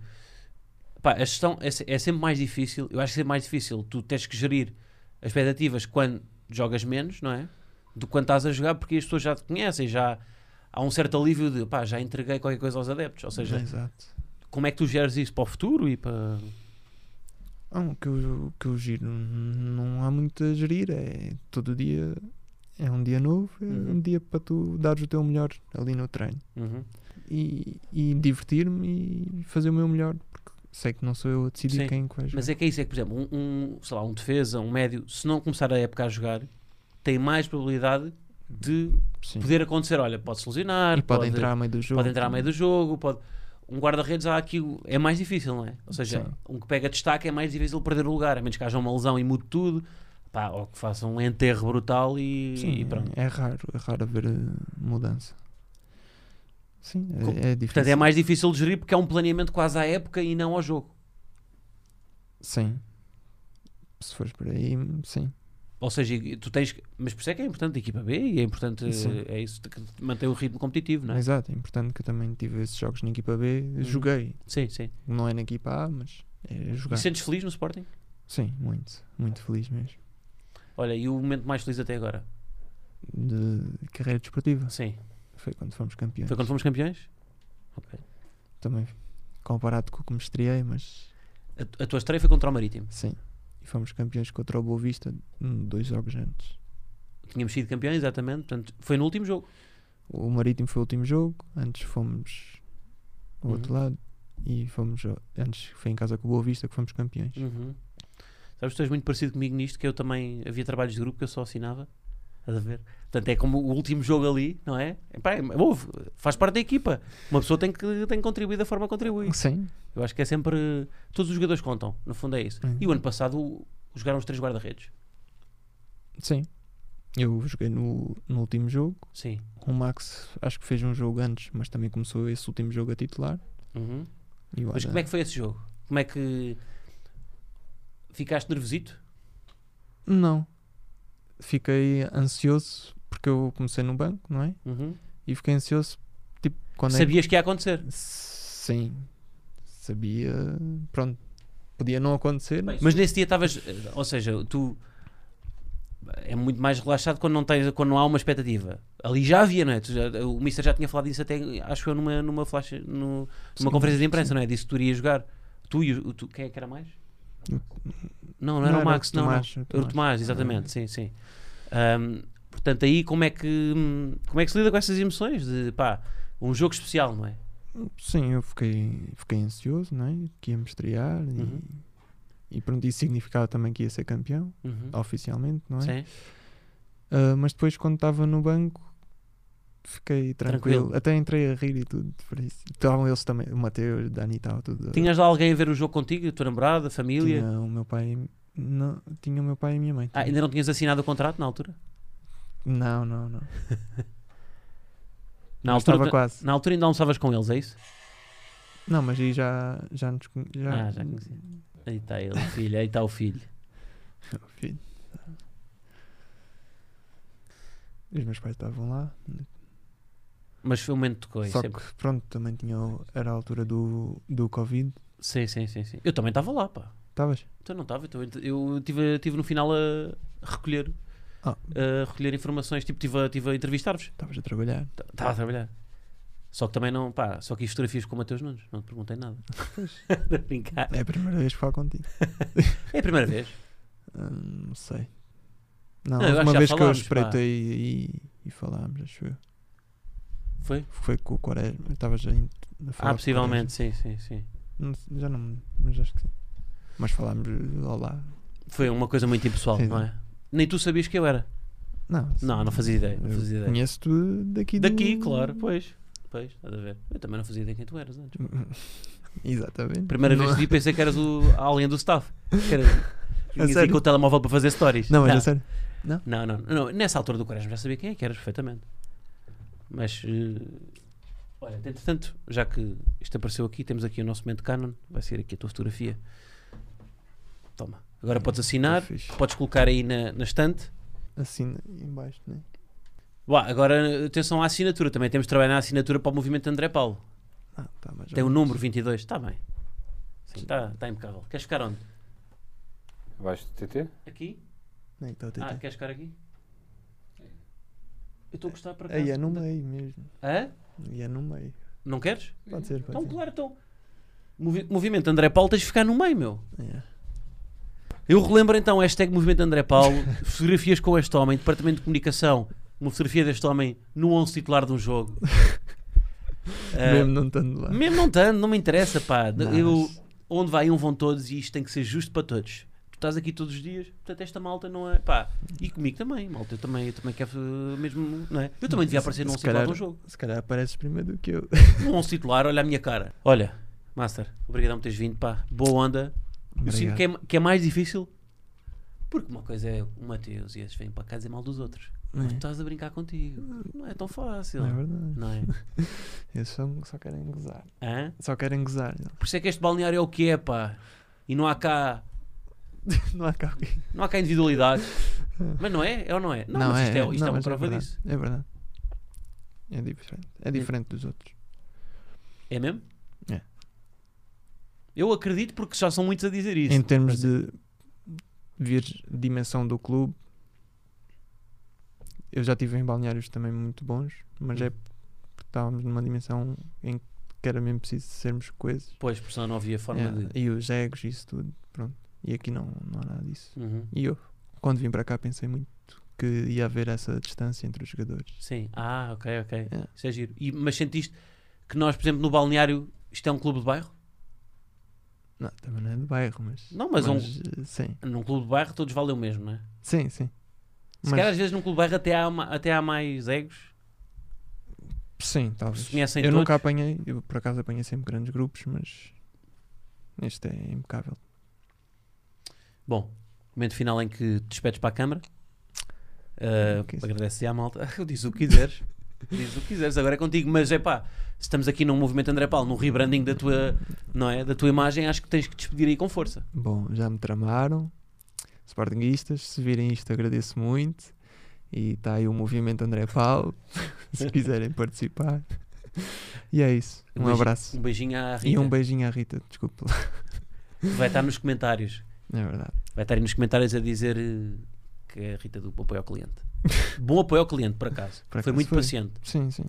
Speaker 1: Pá, a gestão é, se- é sempre mais difícil. Eu acho que é sempre mais difícil. Tu tens que gerir as expectativas quando jogas menos, não é? Do que quando estás a jogar, porque as pessoas já te conhecem, já há um certo alívio de pá, já entreguei qualquer coisa aos adeptos. Ou seja,
Speaker 2: Exato.
Speaker 1: como é que tu geres isso para o futuro e para.
Speaker 2: Ah, o que eu, o que eu giro não há muito a gerir, é todo dia é um dia novo, é
Speaker 1: Uhum.
Speaker 2: um dia para tu dares o teu melhor ali no treino
Speaker 1: Uhum.
Speaker 2: e, e divertir-me e fazer o meu melhor, porque sei que não sou eu a decidir
Speaker 1: Sim,
Speaker 2: quem quais.
Speaker 1: Mas é que é isso, é que, por exemplo, um, um, sei lá, um defesa, um médio, se não começar a época a jogar, tem mais probabilidade de
Speaker 2: Sim.
Speaker 1: é poder acontecer. Olha, pode-se lesionar,
Speaker 2: e pode entrar a meio do jogo.
Speaker 1: pode entrar a meio do jogo, pode... Um guarda-redes há aqui, é mais difícil, não é? Ou seja,
Speaker 2: Sim.
Speaker 1: um que pega destaque é mais difícil perder o lugar, a menos que haja uma lesão e mude tudo, pá, ou que faça um enterro brutal e,
Speaker 2: Sim,
Speaker 1: e pronto.
Speaker 2: é raro, é raro haver eh, mudança. Sim, é,
Speaker 1: Com-
Speaker 2: é difícil.
Speaker 1: Portanto, é mais difícil de gerir porque é um planeamento quase à época e não ao jogo.
Speaker 2: Sim. Se fores por aí, hum, sim.
Speaker 1: Ou seja, e- tu tens. que- Mas por isso é que é importante a equipa B e é importante. eh,
Speaker 2: Sim.
Speaker 1: É isso, que manter o ritmo competitivo, não é? Uhum.
Speaker 2: Exato, é importante que eu também tive esses jogos na equipa B. Joguei,
Speaker 1: Sim, sim.
Speaker 2: não é na equipa A, mas é jogar.
Speaker 1: E sentes feliz no Sporting?
Speaker 2: Sim, muito, muito feliz mesmo.
Speaker 1: Olha, e o momento mais feliz até agora?
Speaker 2: De carreira desportiva,
Speaker 1: Sim.
Speaker 2: foi quando fomos campeões.
Speaker 1: Foi quando fomos campeões?
Speaker 2: Também comparado com o que me estreiei, mas
Speaker 1: A, a tua estreia foi contra o Marítimo.
Speaker 2: Sim. E fomos campeões contra o Boa Vista hum, dois jogos antes.
Speaker 1: Tínhamos sido campeões, exatamente. Portanto, foi no último jogo.
Speaker 2: O Marítimo foi o último jogo, antes fomos ao outro
Speaker 1: Uhum.
Speaker 2: lado e fomos ao- antes foi em casa com o Boa Vista que fomos campeões.
Speaker 1: Uhum. Sabes, tu és muito parecido comigo nisto, que eu também havia trabalhos de grupo que eu só assinava. Estás a ver? Portanto, é como o último jogo ali, não é? Epá, é- ouve, faz parte da equipa. Uma pessoa tem que, tem que contribuir da forma que contribui.
Speaker 2: Sim,
Speaker 1: Eu acho que é sempre. Todos os jogadores contam, no fundo é isso.
Speaker 2: Uhum.
Speaker 1: E o ano passado o- jogaram os três guarda-redes.
Speaker 2: sim. Eu joguei no, no último jogo.
Speaker 1: Sim.
Speaker 2: O Max acho que fez um jogo antes, mas também começou esse último jogo a titular.
Speaker 1: Uhum.
Speaker 2: E o
Speaker 1: Mas
Speaker 2: Adam-
Speaker 1: como é que foi esse jogo? Como é que. Ficaste nervosito?
Speaker 2: Não. Fiquei ansioso porque eu comecei no banco, não é?
Speaker 1: Uhum.
Speaker 2: E fiquei ansioso tipo quando é
Speaker 1: Sabias que ia acontecer?
Speaker 2: Sim, sabia. Pronto, podia não acontecer,
Speaker 1: Mas nesse dia estavas. eh, Ou seja, tu. É muito mais relaxado quando não, tens, quando não há uma expectativa. Ali já havia, não é? Tu já- o Mister já tinha falado disso até, acho eu, numa, numa, flash, no- numa
Speaker 2: Sim,
Speaker 1: conferência de imprensa, não é? Disse que tu irias jogar. Tu e o. o- Tu, quem é que era mais? Não, não era o Max, não. não.
Speaker 2: Tomás, o
Speaker 1: O Tomás, exatamente, sim, sim. Ahm, portanto, aí como é, que, como é que se lida com essas emoções de pá, um jogo especial, não é?
Speaker 2: Sim, eu fiquei, fiquei ansioso, não é? Que ia-me estrear
Speaker 1: Uhum.
Speaker 2: e, e pronto, isso significava também que ia ser campeão,
Speaker 1: Uhum.
Speaker 2: oficialmente, não é?
Speaker 1: Sim.
Speaker 2: Ah, mas depois, quando estava no banco, fiquei tranquilo.
Speaker 1: Tranquilo.
Speaker 2: Até entrei a rir e tudo. por isso. Estavam eles também, o Mateus, o Dani, estava tudo. a-
Speaker 1: Tinhas lá alguém a ver o jogo contigo, a tua namorada, a família?
Speaker 2: tinha o meu pai. Não, tinha o meu pai e a minha mãe.
Speaker 1: Ah, ainda não tinhas assinado o contrato na altura?
Speaker 2: Não, não, não.
Speaker 1: Na
Speaker 2: Mas
Speaker 1: altura,
Speaker 2: estava quase.
Speaker 1: na altura ainda almoçavas com eles, é isso?
Speaker 2: Não, mas aí já, já nos conhe- já,
Speaker 1: Ah, já conhecia. Aí está ele, filho, aí está o filho.
Speaker 2: Filho. Os meus pais estavam lá.
Speaker 1: Mas foi um momento de coisa.
Speaker 2: só que pronto, também tinha o- era a altura do, do Covid.
Speaker 1: Sim, sim, sim, sim. Eu também estava lá, pá.
Speaker 2: Estavas?
Speaker 1: Então não estava, eu estive tive no final a recolher,
Speaker 2: Ah.
Speaker 1: a recolher informações, tipo, estive tive a entrevistar-vos.
Speaker 2: Estavas a trabalhar.
Speaker 1: Estava a trabalhar. Só que também não, pá, só que fiz fotografias com o Mateus Nunes, não te perguntei nada. a brincar.
Speaker 2: É a primeira vez que falo contigo.
Speaker 1: É a primeira vez.
Speaker 2: Hum, não sei. Não,
Speaker 1: Não, eu acho
Speaker 2: uma
Speaker 1: que já
Speaker 2: vez que eu
Speaker 1: falámos,
Speaker 2: espreitei e, e falámos, acho eu.
Speaker 1: Foi?
Speaker 2: Foi com o Quaresma. Estavas a, in- a falar
Speaker 1: Ah,
Speaker 2: com o
Speaker 1: possivelmente, sim, sim, sim.
Speaker 2: Quaresma. Não sei, já não me- mas acho que sim. Mas falámos, olá.
Speaker 1: Foi uma coisa muito impessoal,
Speaker 2: Sim.
Speaker 1: não é? Nem tu sabias que eu era.
Speaker 2: Não,
Speaker 1: Não, não fazia ideia, não
Speaker 2: eu
Speaker 1: fazia ideia.
Speaker 2: Conheço-te daqui do-
Speaker 1: Daqui, claro, pois. Pois, estás a ver. Eu também não fazia ideia quem tu eras antes.
Speaker 2: Exatamente.
Speaker 1: Primeira
Speaker 2: Não- é?
Speaker 1: vez que vi, pensei que eras o, alguém do staff. Que era, vinhas aí
Speaker 2: sério?
Speaker 1: com o telemóvel para fazer stories.
Speaker 2: Não, mas é sério.
Speaker 1: Não, não, não. Nessa altura do Quaresma já sabia quem é que eras perfeitamente. Mas, eh, olha, entretanto, já que isto apareceu aqui, temos aqui o nosso momento Canon, vai ser aqui a tua fotografia. Toma. Agora podes assinar,
Speaker 2: Tá fixe.
Speaker 1: podes colocar aí na, na estante.
Speaker 2: Assim, embaixo, né?
Speaker 1: Uá, agora atenção à assinatura, também temos de trabalhar na assinatura para o movimento de André Paulo.
Speaker 2: Ah, tá, mas já
Speaker 1: Tem o
Speaker 2: não-
Speaker 1: número 22, está tá bem. Sim, está está impecável. Queres ficar onde?
Speaker 3: Abaixo do TT?
Speaker 1: Aqui?
Speaker 2: Não é que tá o
Speaker 1: Ah,
Speaker 2: TT.
Speaker 1: queres ficar aqui? Eu estou a gostar para cá.
Speaker 2: Aí é no meio mesmo.
Speaker 1: Hã?
Speaker 2: Aí é no meio.
Speaker 1: Não queres?
Speaker 2: Pode ser, pode
Speaker 1: Então,
Speaker 2: ser.
Speaker 1: claro, então. Movi- movimento André Paulo, tens de ficar no meio, meu.
Speaker 2: É.
Speaker 1: Eu relembro então, hashtag Movimento André Paulo, fotografias com este homem, Departamento de Comunicação, uma fotografia deste homem no 11 titular de um jogo. Eh, Ah,
Speaker 2: mesmo não estando lá.
Speaker 1: É. mesmo não tanto, não me interessa, pá.
Speaker 2: Não,
Speaker 1: Eu,
Speaker 2: mas-
Speaker 1: onde vai um vão todos e isto tem que ser justo para todos. Tu estás aqui todos os dias, portanto esta malta não é. Pá, e comigo também, malta, eu também, eu também quero eh, mesmo. Não é? Eu também devia aparecer num
Speaker 2: se
Speaker 1: titular
Speaker 2: calhar,
Speaker 1: do jogo.
Speaker 2: Se calhar apareces primeiro do que eu.
Speaker 1: Num titular, olha a minha cara. Olha, Master, obrigado por teres vindo, pá, boa onda. Eu sinto
Speaker 2: Obrigado.
Speaker 1: que é, que é mais difícil porque uma coisa é o Mateus e esses vêm para cá dizer mal dos outros. Mas tu estás a brincar contigo. Não é tão fácil.
Speaker 2: é? Não é verdade.
Speaker 1: Não é?
Speaker 2: Eles só, só querem gozar.
Speaker 1: Hã?
Speaker 2: Só querem gozar.
Speaker 1: Por isso é que este balneário é o que é, pá. E não há cá,
Speaker 2: Não há cá alguém.
Speaker 1: não há cá individualidade. Mas não é? É ou não é? Não, mas isto é, isto é
Speaker 2: não,
Speaker 1: uma
Speaker 2: mas
Speaker 1: prova
Speaker 2: verdade,
Speaker 1: disso.
Speaker 2: É verdade. É diferente. É diferente dos outros.
Speaker 1: É mesmo?
Speaker 2: É.
Speaker 1: Eu acredito porque já são muitos a dizer isso.
Speaker 2: em
Speaker 1: Mas-
Speaker 2: termos
Speaker 1: é-
Speaker 2: de vir dimensão do clube, eu já tive em balneários também muito bons, mas
Speaker 1: Hum.
Speaker 2: é porque estávamos numa dimensão em que era mesmo preciso sermos coesos.
Speaker 1: Pois, porque senão não havia forma
Speaker 2: Yeah,
Speaker 1: de.
Speaker 2: E os egos e isso tudo, pronto. E aqui não, não há nada disso.
Speaker 1: Uhum.
Speaker 2: E eu, quando vim para cá, pensei muito que ia haver essa distância entre os jogadores.
Speaker 1: Sim. Ah, ok, ok.
Speaker 2: Yeah.
Speaker 1: Isso é giro. E, mas sentiste que nós, por exemplo, no balneário, isto é um clube de bairro?
Speaker 2: Não, também não é de bairro, mas.
Speaker 1: Não, mas um-
Speaker 2: eh, Sim,
Speaker 1: Num clube de bairro todos valem o mesmo, não é?
Speaker 2: sim, sim.
Speaker 1: Se
Speaker 2: Mas-
Speaker 1: calhar às vezes num clube de bairro até há, ma- até há mais egos.
Speaker 2: Sim, talvez.
Speaker 1: Se conhecem
Speaker 2: eu
Speaker 1: todos.
Speaker 2: nunca apanhei, eu por acaso apanhei sempre grandes grupos, mas este é impecável.
Speaker 1: Bom, momento final em que te despedes para a câmara. Uh,
Speaker 2: Que isso.
Speaker 1: Agradeces à malta. Eu diz o que quiseres. diz o que quiseres, agora é contigo. Mas é pá, se estamos aqui num movimento André Paulo, num rebranding da tua, não é? da tua imagem, acho que tens que te despedir aí com força.
Speaker 2: Bom, já me tramaram. Sportinguistas, se virem isto agradeço muito. E está aí o movimento André Paulo, se quiserem participar. E é isso. Um
Speaker 1: beijinho-
Speaker 2: abraço.
Speaker 1: Um beijinho à Rita.
Speaker 2: E um beijinho à Rita, desculpa. lá.
Speaker 1: Vai estar nos comentários.
Speaker 2: É verdade.
Speaker 1: Vai estar aí nos comentários a dizer eh, que é a Rita do apoio ao cliente. Bom apoio ao cliente, por acaso.
Speaker 2: Por
Speaker 1: foi
Speaker 2: acaso
Speaker 1: muito
Speaker 2: foi.
Speaker 1: paciente.
Speaker 2: Sim, sim.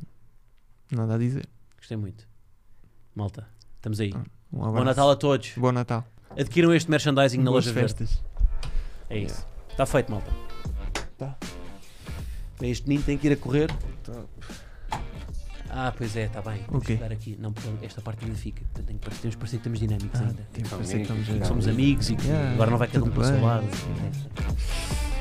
Speaker 2: Nada a dizer.
Speaker 1: Gostei muito. Malta, estamos aí.
Speaker 2: Ah, Um abraço.
Speaker 1: Bom Natal a todos.
Speaker 2: Bom Natal.
Speaker 1: Adquiram este merchandising na
Speaker 2: Boas
Speaker 1: loja verde.
Speaker 2: festas.
Speaker 1: É isso. Está feito, malta.
Speaker 2: Tá.
Speaker 1: Bem, este menino tem que ir a correr.
Speaker 2: Tá.
Speaker 1: Ah, pois é, está bem. Temos
Speaker 2: Ok.
Speaker 1: que dar aqui. Não, porque esta parte ainda fica. Portanto, tem que par- temos que parecer que estamos dinâmicos ainda.
Speaker 2: Tem Ah, que
Speaker 3: Então,
Speaker 2: parecer que
Speaker 3: amigos,
Speaker 2: estamos a-
Speaker 1: Somos amigos e que
Speaker 2: Yeah,
Speaker 1: agora não vai cada um
Speaker 2: tudo
Speaker 1: para o seu
Speaker 2: bem.
Speaker 1: lado.